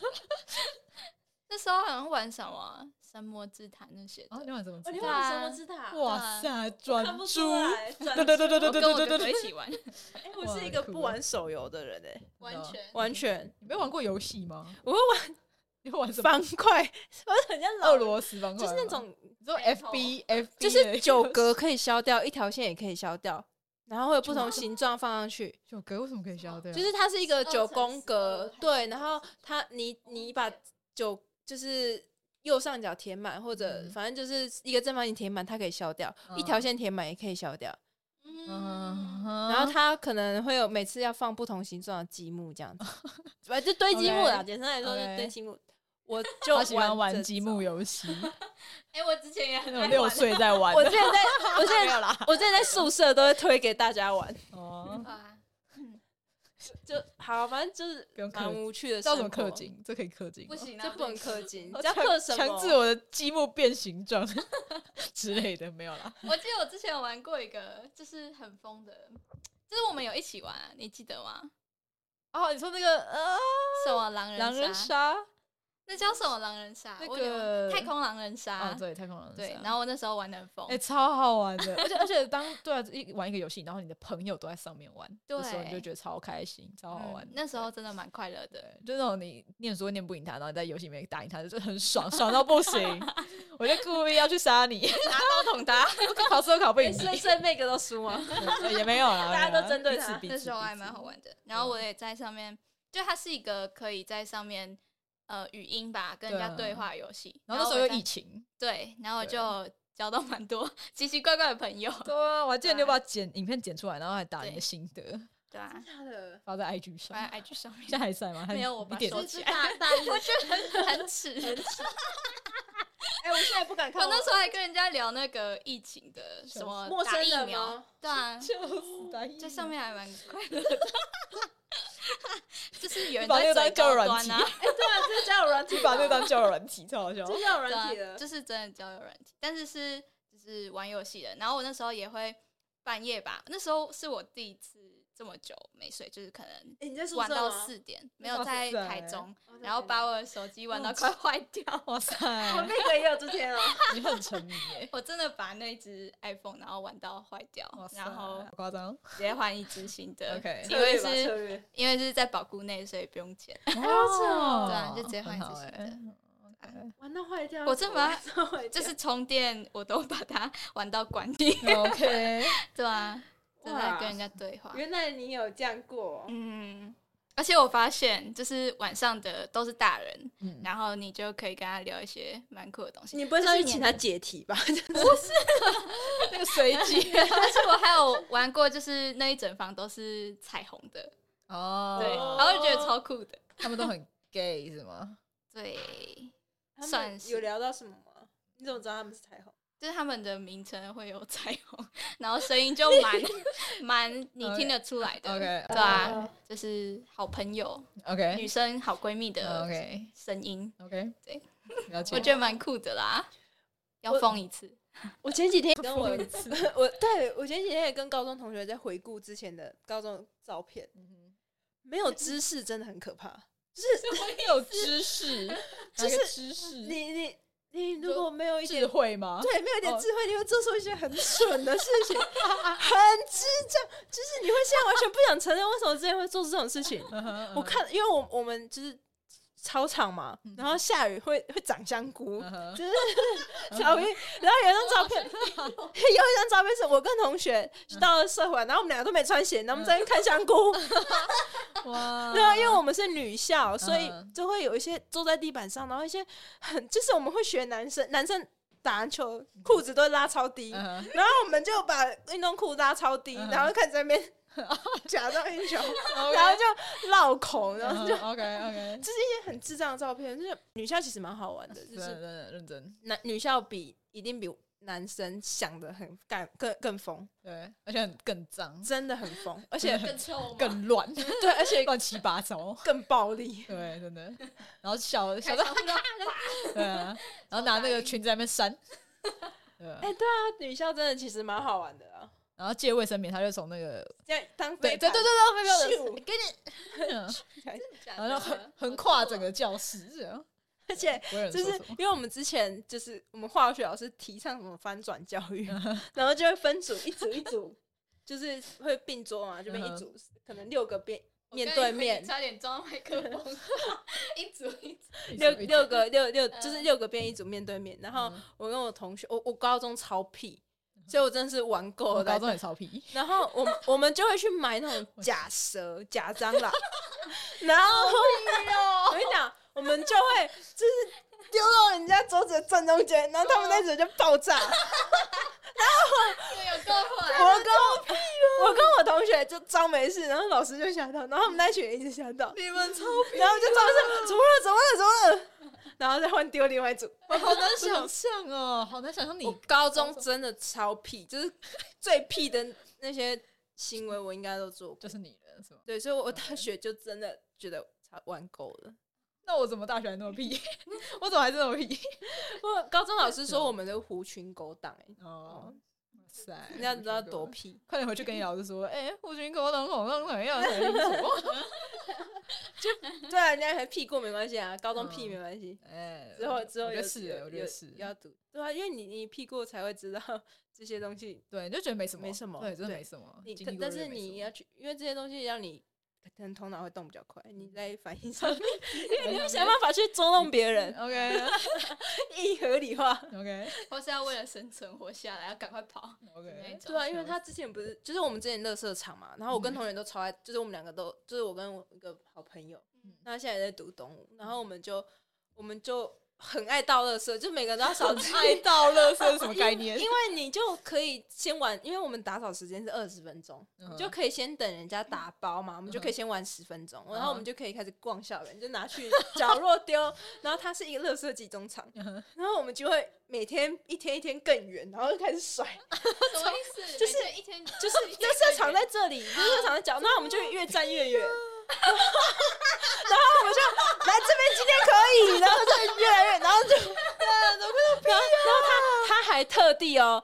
B: 那时候好像玩什么神魔之塔那些的，
C: 哦，你玩什么
A: 哦，
C: 知
A: 你
C: 道？
A: 会玩神魔之塔？
C: 哇塞，转
A: 看不出
C: 珠！
A: 来，转
C: 对对对对对
B: 我
C: 对
B: 跟
C: 对
B: 我
C: 对对
B: 哥哥一
C: 对，
B: 起 玩，
A: 哎，我是一个不玩手游的人哎，
B: 完全
A: 完全
C: 你没有玩过游戏吗？
A: 我会玩
C: 你会玩什么？
A: 方块，我很像老
C: 俄
A: 人
C: 罗斯方块
A: 就是那
C: 吗
A: 种
C: 你说 F B F
A: 就是九格可以消掉，一条线也可以消掉，然后会有不同形状放上去。
C: 九格为什么可以啊消掉？
A: 就是它是一个
B: 12
A: 九宫
B: 乘
A: 格
B: 12还，是
A: 对，
B: 12
A: 然后它你你把九就是右上角填满，或者
C: 嗯
A: 反正就是一个正方形填满，它可以消掉，
C: 嗯
A: 一条线填满也可以消掉。
C: 嗯
B: 嗯，
C: 哼，
A: 然后它可能会有每次要放不同形状的积木这样子，反正就堆积木啦。
C: OK，
A: 简单来说就是堆
C: OK
A: 积木。我就
C: 好喜欢玩
A: 这
C: 积
A: 种
C: 木。游 戏，
B: 哎、我之前也很
C: 那种
B: 爱
C: 六
B: 玩
C: 岁在玩
A: 我
C: 的
A: 之 前在，我之前
C: 没有啦
A: 我之前在宿舍都会推给大家玩，
C: 哦，
B: 啊，
A: 就好，反正就是
C: 不用氪
A: 蛮无趣的
C: 知
A: 生
C: 道
A: 活。
C: 怎么氪金？这可以氪金
B: 不
C: 吗，
B: 行啊，
A: 这不能
B: 行
A: 氪金，
C: 我
A: 你要
C: 强
A: 氪什么？
C: 强制我的积木变形状 之类的，没有啦。
B: 我记得我之前有玩过一个，就是很疯的，就是我们有一起玩、啊，你记得吗？
C: 哦，你说那个呃，
B: 什么狼人
C: 狼人
B: 杀？
C: 杀，
B: 那叫什么狼人杀？
C: 那
B: 我有点
C: 个
B: 太空狼人杀、
C: 哦，对，太空狼人
B: 对
C: 杀，
B: 然后我那时候玩的很疯、
C: 哎、超好玩的，而且而且当对啊，一玩一个游戏，然后你的朋友都在上面玩，
B: 对
C: 的时候你就觉得超开心，超好玩
B: 嗯
C: 的。
B: 那时候真的蛮快乐
C: 对
B: 的。，
C: 就那种你念书念不赢他，然后你在游戏里面打赢他，就是很爽，爽到不 行。我就故意要去杀你， 拿刀捅他， 考试都考不赢
A: 哎所以
C: 你，
A: 所以每个都输吗？
C: 也没有啦，
A: 大家都针对
C: 彼此
A: 他
C: 彼
B: 那
C: 此
B: 时候
C: 彼
B: 还
C: 此
B: 蛮好玩的，然后我
C: 啊
B: 也在上面，就它是一个可以在上面呃语音吧跟人家
C: 对啊
B: 对话游戏。
C: 然后那时候
B: 我
C: 有
B: 在
C: 疫情，
B: 对，然后我
C: 对
B: 就交到蛮多 奇奇怪怪的朋友，
C: 对啊，我还记得你有
B: 对
C: 把剪影片剪出来，然后还打你的
B: 对
C: 心得
B: 对啊，
A: 假的？
C: 发在 IG 上，
B: 放在 IG 上 面
C: 现在。还在吗？还
B: 没有我
C: 你
B: 把
C: 点
B: 手
C: 进
B: 机
C: 去
B: 大 大，我觉得很很耻。
A: 哎，我现在不敢看
B: 我
A: 我
B: 那时候还跟人家聊那个疫情的什么
A: 陌
B: 打
A: 生
B: 疫
A: 人
B: 苗，
A: 吗？
B: 对啊，
C: 就是打疫
B: 在
C: 苗
B: 上面还蛮快 乐的。 就是有人
C: 把那个
B: 在
C: 当
B: 追
C: 交友
B: 高
C: 软
B: 端
C: 体
B: 啊，
A: 哎，对啊，这是交友软体
C: 你
A: 吧，
C: 把那当交友软体，超好 笑。
A: 这是交友
B: 对
A: 软体
B: 啊，
A: 的。
B: 就是真的交友软体，但是是就是玩游戏的。然后我那时候也会半夜吧，那时候是我第一次这么久没睡，就是可能
A: 哎，你在宿
B: 玩
A: 舍
B: 到
A: 吗？
B: 四点，没有
C: 哇
B: 在
C: 塞
B: 台中，
A: 哦
B: 然后把我的手机玩到快坏掉。
C: 哇
A: 我
C: 塞，
A: 那个也有之 前哦，
C: 你很沉迷耶！
B: 我真的把那只 iPhone 然后玩到坏掉
C: 哇，塞，
B: 然后
C: 好夸张，
B: 直接换一只新的。
C: OK
B: 因为
A: 策略吧策
B: 是
A: 略
B: 因为是在保固内，所以不用钱。
C: 哦欸
B: 对啊就直接换一只新的
A: 玩到坏掉，
B: 我真把它
A: 玩到坏
B: 就
A: 掉
B: 是充电我都把它玩到关闭。
C: OK，
B: 对啊，正在
A: 哇
B: 跟人家对话。
A: 原来你有这样
C: 哦
A: 过，
B: 嗯，而且我发现就是晚上的都是大人，
C: 嗯，
B: 然后你就可以跟他聊一些蛮酷的东西。
A: 你不会上去 请他解题吧？
C: 那个随机
B: 而且我还有玩过，就是那一整房都是彩虹的，
C: 哦，
B: 对，然后就觉得超酷的。
C: 他们都很 gay 是吗？
B: 对，
A: 他们
B: 算是
A: 有聊到什么吗？你怎么知道他们是彩虹？
B: 就是他们的名称会有彩虹， 然后声音就蛮 蛮你听得出来的。
C: OK
B: 对啊，就是好朋友、女
C: OK 啊
B: 生、好闺蜜的
C: 哎哦 OK
B: 声音，
C: OK，
B: 对，
C: 了解。
B: 我觉得蛮酷的啦。要
A: 我
B: 疯一次，
A: 我前几天跟我
C: 疯一次
A: 我对我前几天也跟高中同学在回顾之前的高中照片，
C: 嗯哼
A: 没有知识真的很可怕。
C: 很 有知 识，
A: 就
C: 哪
A: 是
C: 个知识
A: 你你你如
C: 嗯说
A: 果没有一
C: 智
A: 点
C: 慧吗？
A: 对，没有一点
C: 哦
A: 智慧，你会做出一些很蠢的事情，很智障。就是你会现在完全不想承认，为什么之前会做出这种事情？
C: 嗯哼
A: 我，看，因为我我们就是操场嘛，然后下雨会会长香菇，
C: 嗯哼
A: 就是小
C: 嗯
A: 明，然后有一张照片， 有一张照片是我跟同学
C: 嗯
A: 到了社环，然后我们两个都没穿鞋，然后我们在那边看香菇。
C: 哇
A: 对啊，因为我们是女校，所以
C: 嗯
A: 就会有一些坐在地板上，然后一些很就是我们会学男生，男生打篮球裤子都会拉超低，
C: 嗯哼
A: 然后我们就把运动裤拉超低，
C: 嗯
A: 然后看 这边假装运球，
C: OK
A: 然后就绕口，然后 就
C: 嗯哼 OK OK，
A: 这些很智障的照片，就是女校其实蛮好玩的，就
C: 真的
A: 是
C: 真的认真，
A: 男女校比一定比男生想的很干更更疯，
C: 对，而且很更脏、
A: 真的很疯，而
D: 而
A: 且
D: 更臭嘛，
C: 更 乱、
A: 对，而且
C: 乱七八糟，
A: 更暴 力。
C: 对，真的。然后小小
D: 开
C: 的
D: 窗户都
C: 对啊，然后拿那个裙子在那边 扇，对啊
A: 哎、对啊，女校真的其实蛮好玩的啊，
C: 然后借卫生棉，他就从那 个
A: 这样当
C: 对
A: 飞
C: 对对对
A: 盘
C: 对，
A: 咻
C: 没有的，给你，
D: 假的
C: 嗯然后横横跨整个教室，这样
A: 而 且
C: 不会有人
A: 就
C: 说
A: 是
C: 什么
A: 因为我们之前就是我们化学老师提倡什么翻转教 育，然后就会分组一组一 组，就是会并桌嘛，就变一组，可能六个变
D: 我
A: 面
D: 刚以
A: 对
D: 为
A: 面
D: 你，差点装麦克 风， 一组一组，
A: 六六个六六
D: 嗯
A: 就是六个变一组面对面。然后
C: 嗯
A: 我跟我同学，我我高中超屁，所以嗯我真的是玩够
C: 我
A: 了。
C: 高中也超 皮，
A: 然后我们我们就会去买那种假蛇、假蟑 螂，然后
C: 哎
A: 我跟你讲，我们就会就是丢到人家桌子的正中间，然后他们那组就爆炸。
D: 有 够坏。
A: 我跟 我我跟我同学就装没事，然后老师就吓到，然后我们那群人一直吓到，
C: 你们超
A: 然后我就装是怎么了怎么了怎么了，然后再换丢另外一组。
C: 好难 想象哦，好难想象你
A: 我高中真的超屁，就是最屁的那些行为，我应该都做过。
C: 就是你了，是吗？
A: 对，所以我大学就真的觉得差玩够了。
C: 那我怎么大学还那么屁？我怎么还是那么屁？
A: 我高中老师说我们的狐群狗党、 欸，
C: 哦，哇塞，
A: 嗯你要知道多屁。
C: 快点回去跟你老师说，哎，我觉得高中好像怎样怎样，
A: 对啊，人家还屁过没关系啊，高中屁
C: 嗯
A: 没关系。
C: 哎，
A: 之后之后
C: 我觉
A: 有
C: 得是，欸
A: 有
C: 我觉
A: 有
C: 得是，
A: 要读，对啊，因为你你屁过才会知道 这些东西。
C: 对，就觉得没什么，
A: 没什么
C: 对，真的
A: 对
C: 没什么。
A: 你
C: 哦经
A: 可
C: 历过
A: 但
C: 就是没什
A: 你
C: 么
A: 要去，因为这些东西让你可能头脑会动比较快，
C: 嗯
A: 你在反 应上面， 因为你会想办法去捉弄别人，
C: OK
A: 一合理化。
C: OK
D: 或是要为了生存活下来，要赶快 跑。
C: OK，
A: 对啊，因为他之前不是，就是我们之前乐色场嘛，然后我
C: 嗯
A: 跟同学都超爱，就是我们两个都，就是我跟我一个好朋友，
C: 嗯
A: 那他现在也在读东吴，然后我们就我们就很爱倒乐色，就每个人都要扫地
C: 爱到乐色是什么概念
A: 因？为你就可以先玩，因为我们打扫时间是二十分钟，
C: 嗯
A: 你就可以先等人家打包嘛，我们就可以先玩十分钟，
C: 嗯
A: 然后我们就可以开始逛校园，就拿去角落丢，然后它是一个垃圾集中场，
C: 嗯哼
A: 然后我们就会每天一天一天更远，然后就开始甩，
D: 什么意 思？
A: 就是
D: 每天一天
A: 就是垃圾场在这里，垃圾场在角，那我们就越站 越远。然后我们就来这边，今天可以，然后就越来越，然 后就，
C: 啊
A: 然后然后他他还特地哦，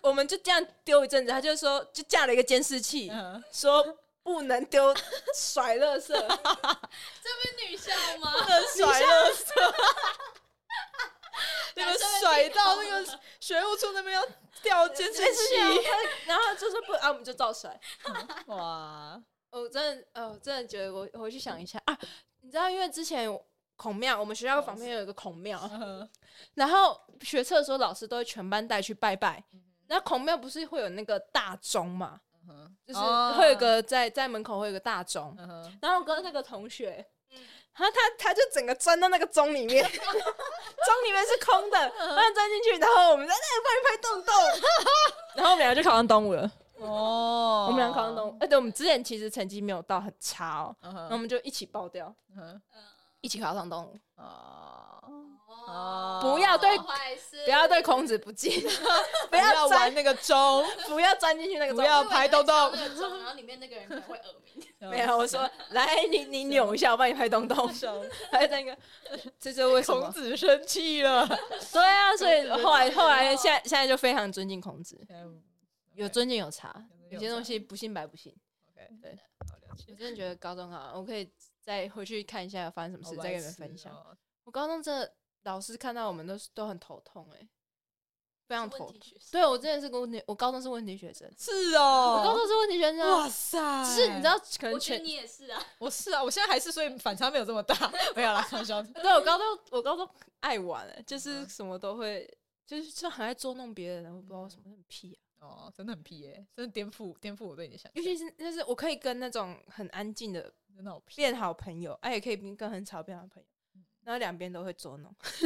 A: 我们就这样丢一阵子，他就说就架了一个监视器，
C: 嗯
A: 说不能丢甩垃 圾，
D: 这不是女校吗？
C: 甩 乐色，你们
D: 男生会
C: 甩
D: 听
C: 到
D: 懂
C: 那
A: 哦
C: 个学务处那边要掉监视器，
A: 然后啊就说不，啊，我们就照甩。
C: 哇！
A: 我真的，呃，我真的觉得我我回去想一下啊，你知道，因为之前孔庙，我们学校旁边有一个孔庙，
C: 嗯
A: 然后学测的时候，老师都会全班带去拜拜。
C: 嗯
A: 然后孔庙不是会有那个大钟嘛，
C: 哼
A: 就是
C: 哦
A: 会有个在在门口会有个大钟。
C: 嗯哼
A: 然后我跟那个同学，然后他他就整个钻到那个钟里 面，钟里面是空的，
C: 嗯
A: 然后钻进去，然后我们在那里拍拍洞洞，然后我们两个就考上东吴了。
C: 哦，
A: 我们两个考上东，吴，哎，对，我们之前其实成绩没有到很差哦，
C: 嗯
A: 然后我
C: 哼，
A: 们就一起爆掉，
C: 嗯哼，
A: 一起考上东吴。
C: 哦，
D: 哦
A: 不要对
D: 坏事，
A: 不要对孔子不 敬，
C: 不
A: 要
C: 要玩那个钟，
A: 不要钻进去那个
C: 不
A: 钟。
C: 要拍
D: 都
C: 洞洞，
D: 那个钟，然后里面那个人可能会耳鸣。
C: 啊
A: 没有，我说来，你你扭一下，我帮你拍东 东。还有那个，这就是为什
C: 孔
A: 么？
C: 子生气了。
A: 对啊，所以后来后来
D: 哦
A: 现在现在就非常尊敬孔子，
C: 嗯
A: 有尊敬有差，
C: 有
A: 有些东西不信白不信。
C: ，OK，
A: 对
C: 好了解
A: 我真的觉得高中好，我可以再回去看一下发生什么
C: 好
A: 事，
C: 白
A: 再跟你们
C: 痴
A: 分享。
C: 哦
A: 我高中真的老师看到我们都都很头痛哎、非常
D: 问
A: 头
D: 题。学生，
A: 对我之前是个问题，我高中是问题学生，
C: 是
A: 我高
C: 哦，
A: 中是问题学生啊，
C: 哇塞！
A: 只是你知，道，可能
D: 我觉
A: 全
D: 得你也是啊，
C: 我是啊，我现在还是，所以反差没有这么大， 没有啦，开玩笑。
A: 对我高中
D: 嗯
A: 我高中爱玩、欸，就是什么都会，就是就很爱捉弄别人，啊我不知道为
D: 嗯
A: 什么很屁啊。
C: 哦，真的很屁耶、真的颠覆颠覆我对你的想
A: 尤
C: 象，
A: 其是就是我可以跟那种很安静的
C: 真的好 屁。
A: 变好朋友，哎、也可以跟很吵变好朋友，
D: 嗯
A: 然后两边都会捉弄，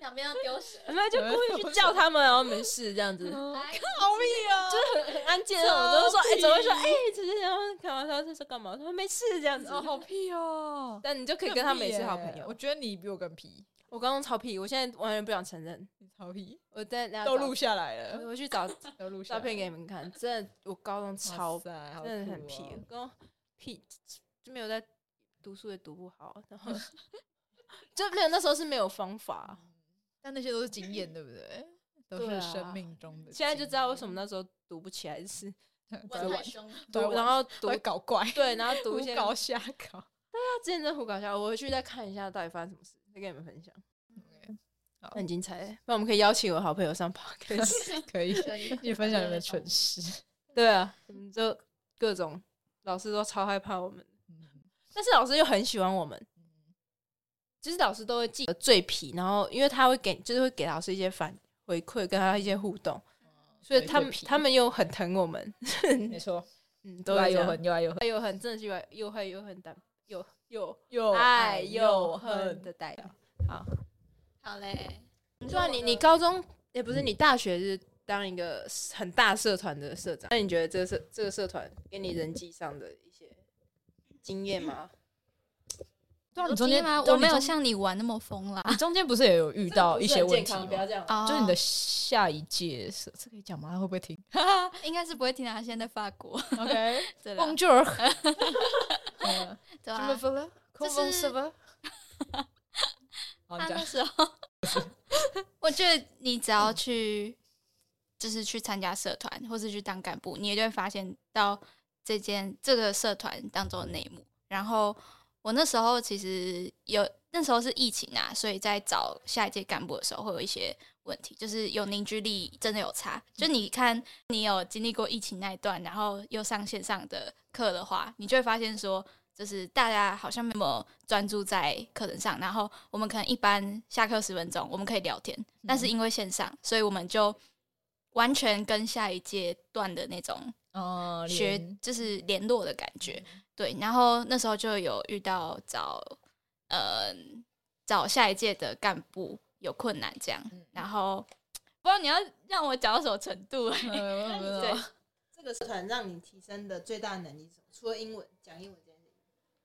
D: 两边要丢蛇，
A: 那就故意去叫他们，然后没事这 样 子，就
D: 来，
C: 啊！
A: 是很很安静的那种，我都说哎、怎么会说哎，只是然后干嘛？他说哎是干嘛？他说没事这样子，
C: 哦，好屁哦！
A: 但你就可以跟他们也是好朋友。
C: 我
A: 我
C: 觉得你比我更皮，
A: 我高中超屁，我现在完全不想承认，
C: 你超皮，
A: 我在大家
C: 都
A: 找
C: 录下来
A: 我
C: 了，
A: 我去找
C: 都录下
A: 照
C: 来
A: 片给你们看，真的，我高中超
C: 哇塞，好
A: 真的很
C: 酷
A: 屁
C: 哦，
A: 跟屁就没有在读书也读不好，然 后就没有那时候是没有方法，
C: 但那些都是经验，对不对？都
A: 对
C: 是
A: 啊
C: 生命中的经验。
A: 现在就知道为什么那时候读不起来，就是
D: 玩太凶了，
A: 读然后读
C: 会搞怪，
A: 对，然后读一些
C: 胡搞瞎搞。
A: 他之前在胡搞笑，我回去再看一下到底发生什么事，再跟你们分享。
C: 好
A: 很精彩，欸那我们可以邀请我好朋友 上 podcast。
C: 可以，
D: 可以
C: 你分享你的蠢事。
A: 对啊，我们就各种老师都超害怕我们，
C: 嗯
A: 但是老师又很喜欢我们。其实老师都会记得最皮，然后因为他会给，就是会给老师一些反回馈，跟他一些互动，所以他们他们又很疼我们，
C: 没错，
A: 嗯，都
C: 又
A: 会
C: 爱
A: 这
C: 又
A: 样
C: 恨，又爱又恨，
A: 又很真的是又恨又恨但又又
C: 又
A: 爱又恨。的代表。
D: 好 嘞，
A: 对啊，你你高中也不是你大学是当一个很大社团的社长，那你觉得这个社这个社团给你人际上的一些经验吗？
C: 对啊，你
B: 我
C: 中
B: 今
C: 间
B: 天吗？
C: 对啊
B: 我没有
C: 你中
B: 像你玩那么疯啦。
C: 你中间不是也有遇到一些问题
A: 这个不是很健康不
C: 吗啊
A: 要？这样。
B: 哦
C: 就是你的下一届是这可以讲吗？他会不会听
B: 应该是不会听到他现在在法国，
C: ？OK，嗯
B: 对啦
C: 梦就儿，
B: 对
C: 什么
B: 啊，
C: 不了？空
B: 就是
C: 风什么？好，
B: 他
C: 你讲
B: 那。 时候，我觉得你只要去，就是去参加社团或是去当干部，你也就会发现到这间这个社团当中的内幕。然后我那时候其实有那时候是疫情啊，所以在找下一届干部的时候会有一些问题，就是有凝聚力真的有差。就你看，你有经历过疫情那一段，然后又上线上的课的话，你就会发现说，就是大家好像没那么专注在课程上，然后我们可能一般下课十分钟我们可以聊天，但
C: 嗯
B: 是因为线上，所以我们就完全跟下一阶段的那种
C: 哦，
B: 学
C: 连嗯
B: 就是联络的感觉。对，然后那时候就有遇到找呃找下一届的干部有困难这样，
C: 嗯
B: 然后不知道你要让我讲到什么程度、欸，
C: 呃我不知道
B: 对
A: 这个社团让你提升的最大能力是什么？除了英文，讲英文这件事。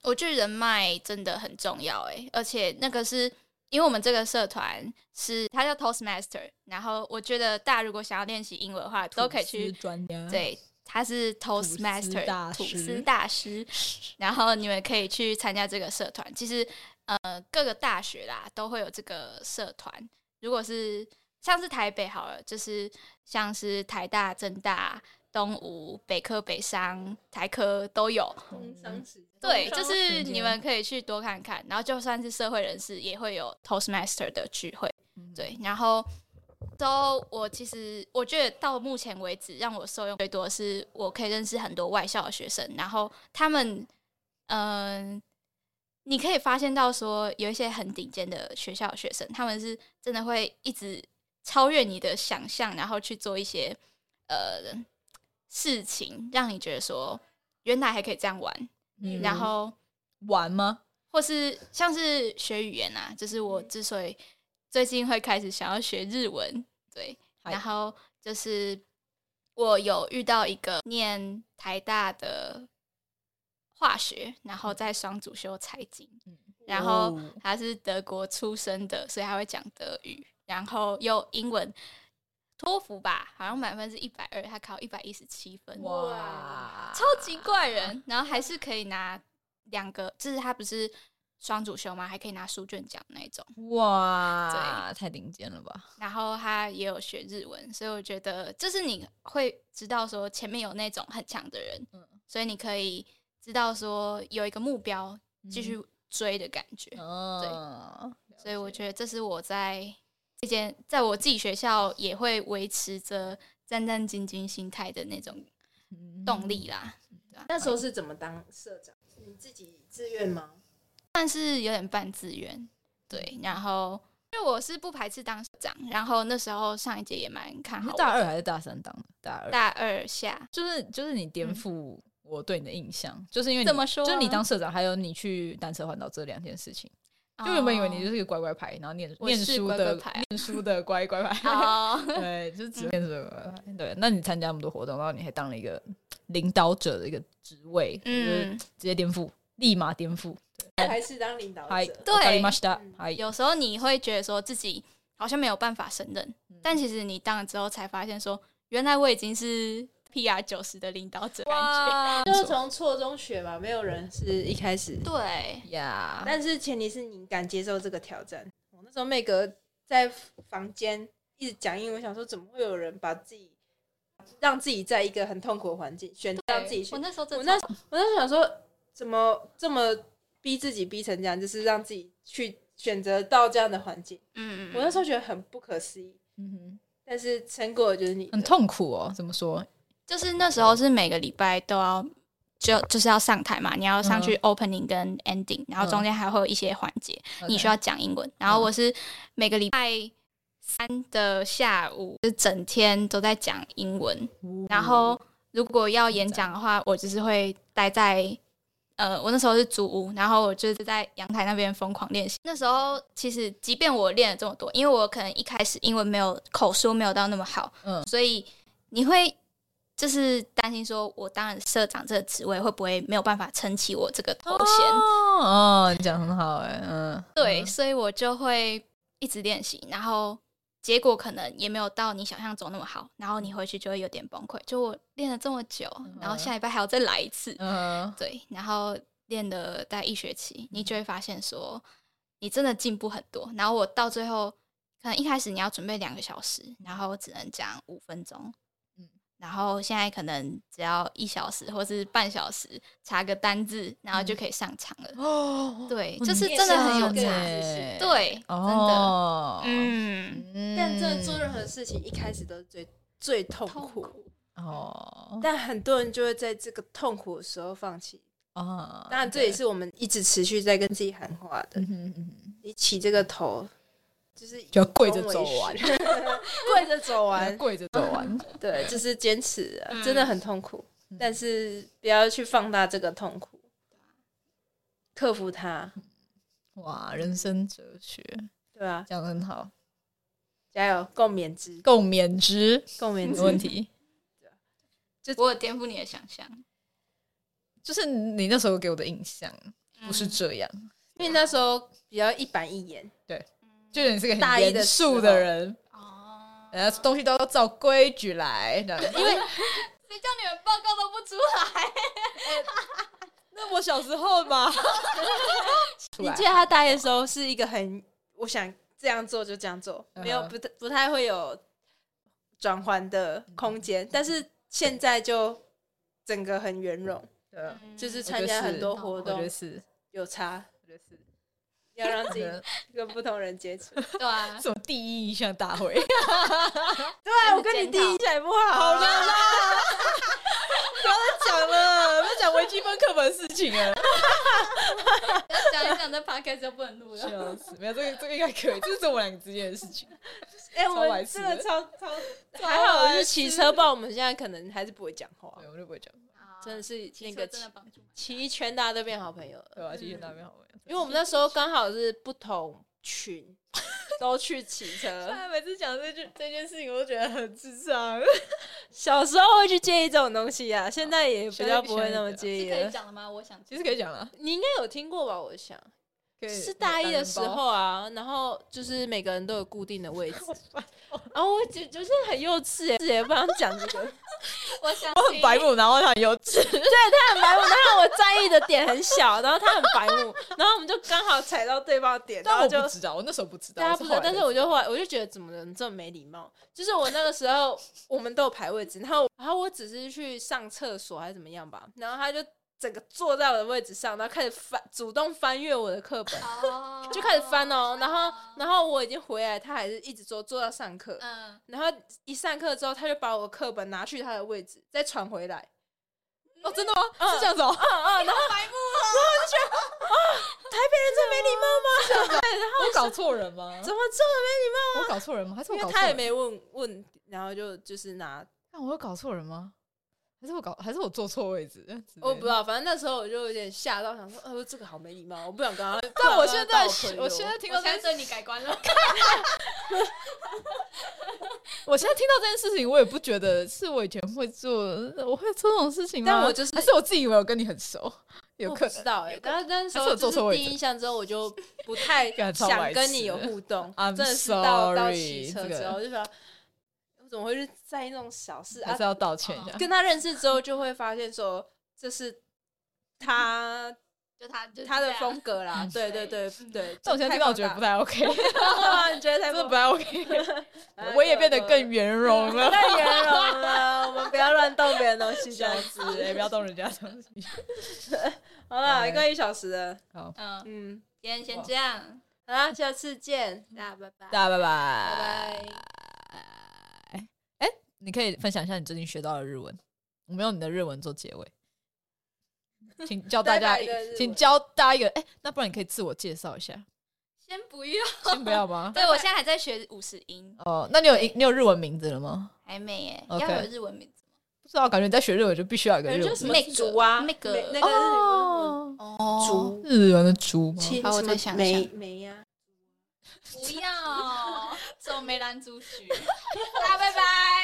B: 我觉得人脉真的很重要哎、而且那个是因为我们这个社团是它叫 Toastmaster，然后我觉得大家如果想要练习英文的话，都可以
C: 吐
B: 去
C: 司专家，
B: 对，他是 Toastmaster
C: 大
B: 吐司
C: 师
B: 大师，然后你们可以去参加这个社团。其实呃，各个大学啦都会有这个社团。如果是像是台北好了，就是像是台大、政大、东吴、北科、北商、台科都有。
A: 工商时间
B: 对，
A: 工
B: 就
A: 商
B: 是
C: 间
B: 你们可以去多看看，然后就算是社会人士也会有 Toastmaster 的聚会，
C: 嗯
B: 对，然后都我其实我觉得到目前为止让我受用最多的是我可以认识很多外校的学生，然后他们嗯、你可以发现到说有一些很顶尖的学校的学生，他们是真的会一直超越你的想象，然后去做一些呃事情，让你觉得说原来还可以这样玩。
C: 嗯
B: 然后
C: 玩吗？
B: 或是像是学语言啊，就是
C: 嗯
B: 我之所以最近会开始想要学日文，对，
C: 嗨
B: 然后就是我有遇到一个念台大的化学，然后在双主修财经，
C: 嗯
B: 然后他是德国出生的，所以他会讲德语，然后又英文。托福吧，好像满分是一百二，他考一百一十七分，
C: 哇，
B: 超级怪人，然后还是可以拿两个，就是他不是双主修吗？还可以拿书卷奖那一种。
C: 哇，太顶尖了吧？
B: 然后他也有学日文，所以我觉得就是你会知道说前面有那种很强的人，
C: 嗯
B: 所以你可以知道说有一个目标继续追的感觉。
C: 哦，
B: 所以我觉得这是我在一间在我自己学校也会维持着战战兢兢心态的那种动力啦，
A: 那时候是怎么当社长？是你自己自愿吗？
B: 但是有点半自愿。
C: 嗯
B: 对，然后因为我是不排斥当社长，然后那时候上一届也蛮看
C: 你
B: 好
C: 是
B: 我
C: 大
B: 的
C: 二还是大三当的？大二，
B: 大二下，
C: 就是就是你颠
B: 嗯
C: 覆我对你的印象，就是因为你
B: 怎么说啊
C: 就是你当社长，还有你去单车环岛这两件事情，就原本以为你就是一个乖乖牌，然后念
B: 哦我
C: 念
B: 是
C: 书
B: 乖
C: 的
B: 乖牌啊
C: 念书的乖乖牌，
B: 哦，
C: 对，就是只念书的乖乖牌。对，那你参加那么多活动，然后你还当了一个领导者的一个职位，就是
B: 嗯，
C: 直接颠覆，立马颠覆。
A: 还是当领导
C: 哎嗨，
A: 者？
B: 对
C: 马西达，
A: 嗯
C: 嗨，
B: 有时候你会觉得说自己好像没有办法胜
C: 嗯
B: 任，嗯但其实你当了之后才发现说，原来我已经是 PR 九十的领导
C: 嗯
B: 者感觉。
C: 哇
A: 就是从错中学吧，没有人是一开始
B: 对，
C: 呀，
A: 但是前提是你敢接受这个挑战。我那时候妹格在房间一直讲英文，想说怎么会有人把自己让自己在一个很痛苦的环境，选择让自己去。
B: 我
A: 我
B: 那时候真
A: 那
B: 的超
A: 我那时候想说，怎么这么逼自己逼成这样，就是让自己去选择到这样的环境。
B: 嗯，
A: 我那时候觉得很不可思议，
C: 嗯哼
A: 但是成果就是你的
C: 很。痛苦哦。怎么说？
B: 就是那时候是每个礼拜都要就就是要上台嘛，你要上去 opening 跟 ending，、然后中间还会有一些环节，
C: 呃
B: 你
C: 哦
B: 需要讲英文。然后
C: 嗯
B: 我是每个礼拜三的下午，就整天都在讲英文。
C: OK，
B: 然后如果要演讲的话，我就是会待在。呃，我那时候是租屋，然后我就是在阳台那边疯狂练习。那时候其实，即便我练了这么多，因为我可能一开始英文没有口说没有到那么好，
C: 嗯
B: 所以你会就是担心说，我当然社长这个职位会不会没有办法撑起我这个头衔？
C: 哦，哦你讲得很好哎，嗯，
B: 对，
C: 嗯
B: 所以我就会一直练习，然后结果可能也没有到你想象中那么好，然后你回去就会有点崩溃。就我练了这么久，然后下礼拜还要再来一次，
C: 嗯，
B: 对，然后练了大概一学期，你就会发现说你真的进步很多。然后我到最后，可能一开始你要准备两个小时，然后只能讲五分钟，
C: 嗯
B: 嗯，然后现在可能只要一小时或是半小时查个单字，然后就可以上场了。
C: 嗯哦，
B: 对，
C: 哦
B: 就
C: 你
B: 是
A: 也
B: 真的
A: 是
B: 很有
A: 很有。
B: 差
C: 自信
A: 欸
B: 对，
C: 哦，
B: 真的，嗯，
C: 嗯
A: 但真的做任何事情一开始都是最最痛苦，
C: 哦
A: 但很多人就会在这个痛苦的时候放弃。
C: 哦，
A: 啊当然，这也是我们一直持续在跟自己喊话的。
C: 嗯哼嗯哼
A: 你起这个头，就是以
C: 就要跪着
A: 终为
C: 走
A: 始
C: 完 嗯
A: 跪着走完，
C: 跪着走 完，
A: 对，就是坚持啊、
B: 嗯
A: 真的很痛苦，
C: 嗯
A: 但是不要去放大这个痛苦，克服它，
C: 哇，人生哲学
A: 对吧、
C: 讲得很好，
A: 加油，共勉之，
C: 共勉之
A: 共勉
C: 没
A: 之。
C: 问题。
B: 我有颠覆你的想象，
C: 就是你那时候给我的印象
B: 嗯
C: 不是这样，
A: 因为那时候比较一板一眼，
C: 就是你是个
A: 大
C: 很
A: 一的
C: 严
A: 时
C: 肃
A: 候
C: 的人，
B: 哦，
C: 呃，东西都要照规矩来。这样因为
B: 谁叫你们报告都不出来？
C: 那我小时候嘛，出
A: 你
C: 来
A: 记得他大一的时候是一个很，我想这样做就这样做，没有
C: 嗯哼
A: 不太不太会有转换的空间，但是现在就整个很圆融，
C: 对
B: 嗯
A: 就是
C: 我觉
A: 参
C: 得
A: 加
C: 是
A: 很多活
C: 我觉
A: 动
C: 得，是，
A: 有差，
C: 我觉得是，
A: 要让 自己
C: 觉得
A: 跟不同人接触。
B: 对啊，
C: 什么第一印象大 会，
A: 对
B: 开始
A: 我跟你
B: 检
A: 第
B: 讨
A: 一印象也不好，好啦，
C: 讲了，不要讲微积分课本的事情了，
B: 讲一讲这 podcast 就不能录了。
C: 笑死，没有这个这个应该可以，这是我们两个之间的事情，
A: 哎，
C: 超
A: 我
C: 白
A: 们
C: 痴
A: 这个
C: 的
A: 超超 还好，
C: 白
A: 我是骑
C: 痴
A: 车，不然我们现在可能还是不会讲话，
C: 对，我就不会讲，
A: 真的是
B: 啊骑
A: 那
B: 车
A: 个
B: 真
A: 骑
B: 的帮助。
A: 骑一圈大家都变好朋友了。
C: 对吧？其实那边好玩，
A: 嗯因为我们那时候刚好是不同群都去骑车，
C: 哎他每次讲这句这件事情，我都觉得很智障，
A: 小时候会去介意这种东西啊，现在也比较不会那么介
B: 是
A: 意
B: 可以
A: 了。
B: 讲的吗？我想
C: 其实可以讲了，
A: 你应该有听过吧？我想
C: 可以
A: 是大一的时，候啊，然后就是每个人都有固定的位置，然后我就就是很幼稚耶，也不想讲这个，
B: 我想
C: 我很白目，然后他很幼稚，
A: 他很白目，然后我在意的点很小，然后他很白目，然后我们就刚好踩到对方的点，然
C: 但
A: 后
C: 我
A: 就
C: 不知道，我那时候不知道，
A: 大啊家不知道，但是
C: 我
A: 我就后来我就觉得怎么能这么没礼貌？就是我那个时候我们都有排位置，然后然后我只是去上厕所还是怎么样吧，然后他就整个坐在我的位置上，然后开始翻，主动翻阅我的课本，
D: 哦
A: 就开始翻哦。然后，然后我已经回来，他还是一直坐坐到上课。
D: 嗯，
A: 然后一上课之后，他就把我的课本拿去他的位置，再传回来。哦，真的吗？是这样子哦。嗯嗯，然后白目，然后我就觉得啊，台北人真没礼貌吗？
C: 我搞错人吗？
A: 怎么这么没礼貌？
C: 我搞错人吗？还是我
A: 啊因
C: 搞
A: 为
C: 错
A: 他也
C: 人？
A: 没问问，然后就就是拿，
C: 那我有搞错人吗？还是我搞？还是我坐错位置？
A: 我不知。道，反正那时候我就有点吓到，想说，呃，这个好没礼貌，我不想跟他。
C: 但我现在
A: 不想跟他当朋，友
C: 我现在听
D: 我
C: 到
D: 现
C: 这
D: 在
C: 件
D: 对
C: 事，
D: 你改观 了，
C: 我现在听到这件事情，我也不觉得是我以前会做，我会做这种事情吗？
A: 但我就是
C: 还是我自己以为我跟你很熟，有
A: 我
C: 可
A: 不知
C: 能。
A: 道哎、欸，但但是
C: 还是有坐错位置
A: 第一印象之后，我就 不太
C: 干超白
A: 想
C: 痴
A: 跟你有互动，
C: I'm
A: 真的是到到
C: sorry，
A: 骑车
C: 这
A: 之
C: 个
A: 后，我就想我怎么会是在意那种小事
C: 还
A: 啊
C: 是？要道歉一下。
A: 跟他认识之后，就会发现说这是 他
D: 就他就
A: 他的风格啦
C: 嗯，
A: 对对对 对。
C: 但我现在听到，我觉得不
A: 太
C: 太 OK，
A: 放大， 你 觉得太
C: 真的
A: 放
C: 不
A: 大
C: 太 OK。我 也变得更圆融了，
A: 太圆融了，我们不要乱动别人东西，这样子。
C: 哎不要哎动人家东西。
A: 好了，一个一小时了，
C: 好，
D: 嗯，
A: 嗯，
D: 今天先这样，
A: 好啦，下次见。
D: 大家拜拜，
C: 大家拜
D: 拜
C: 拜。
D: 拜。
C: 哎，你可以分享一下你最近学到的日文，我们用你的日文做结尾，请教大家
A: 呆呆的日，文
C: 请教大家一个。哎，那不然你可以自我介绍一下，
D: 先不用，
C: 先不要吗？
B: 对我现在还在学五十音，
C: 哦，那你有你有日文名字了吗？
B: 还没耶，
C: OK
B: 要有日文名字。
C: 不知道，感觉你在学日文就必须要有一个
A: 感
C: 日
A: 觉
C: 文
A: 就
C: 名
A: 什
C: 字。
A: 么
B: 那个
A: 竹啊，
B: 那个
A: 那个是
C: 哦，
B: 哦
A: 竹
C: 日文的竹吗？
A: 青
B: 好我
A: 什么
B: 再想
A: 梅
B: 想
A: 梅呀，
D: 不要，走梅兰竹菊，大家拜拜。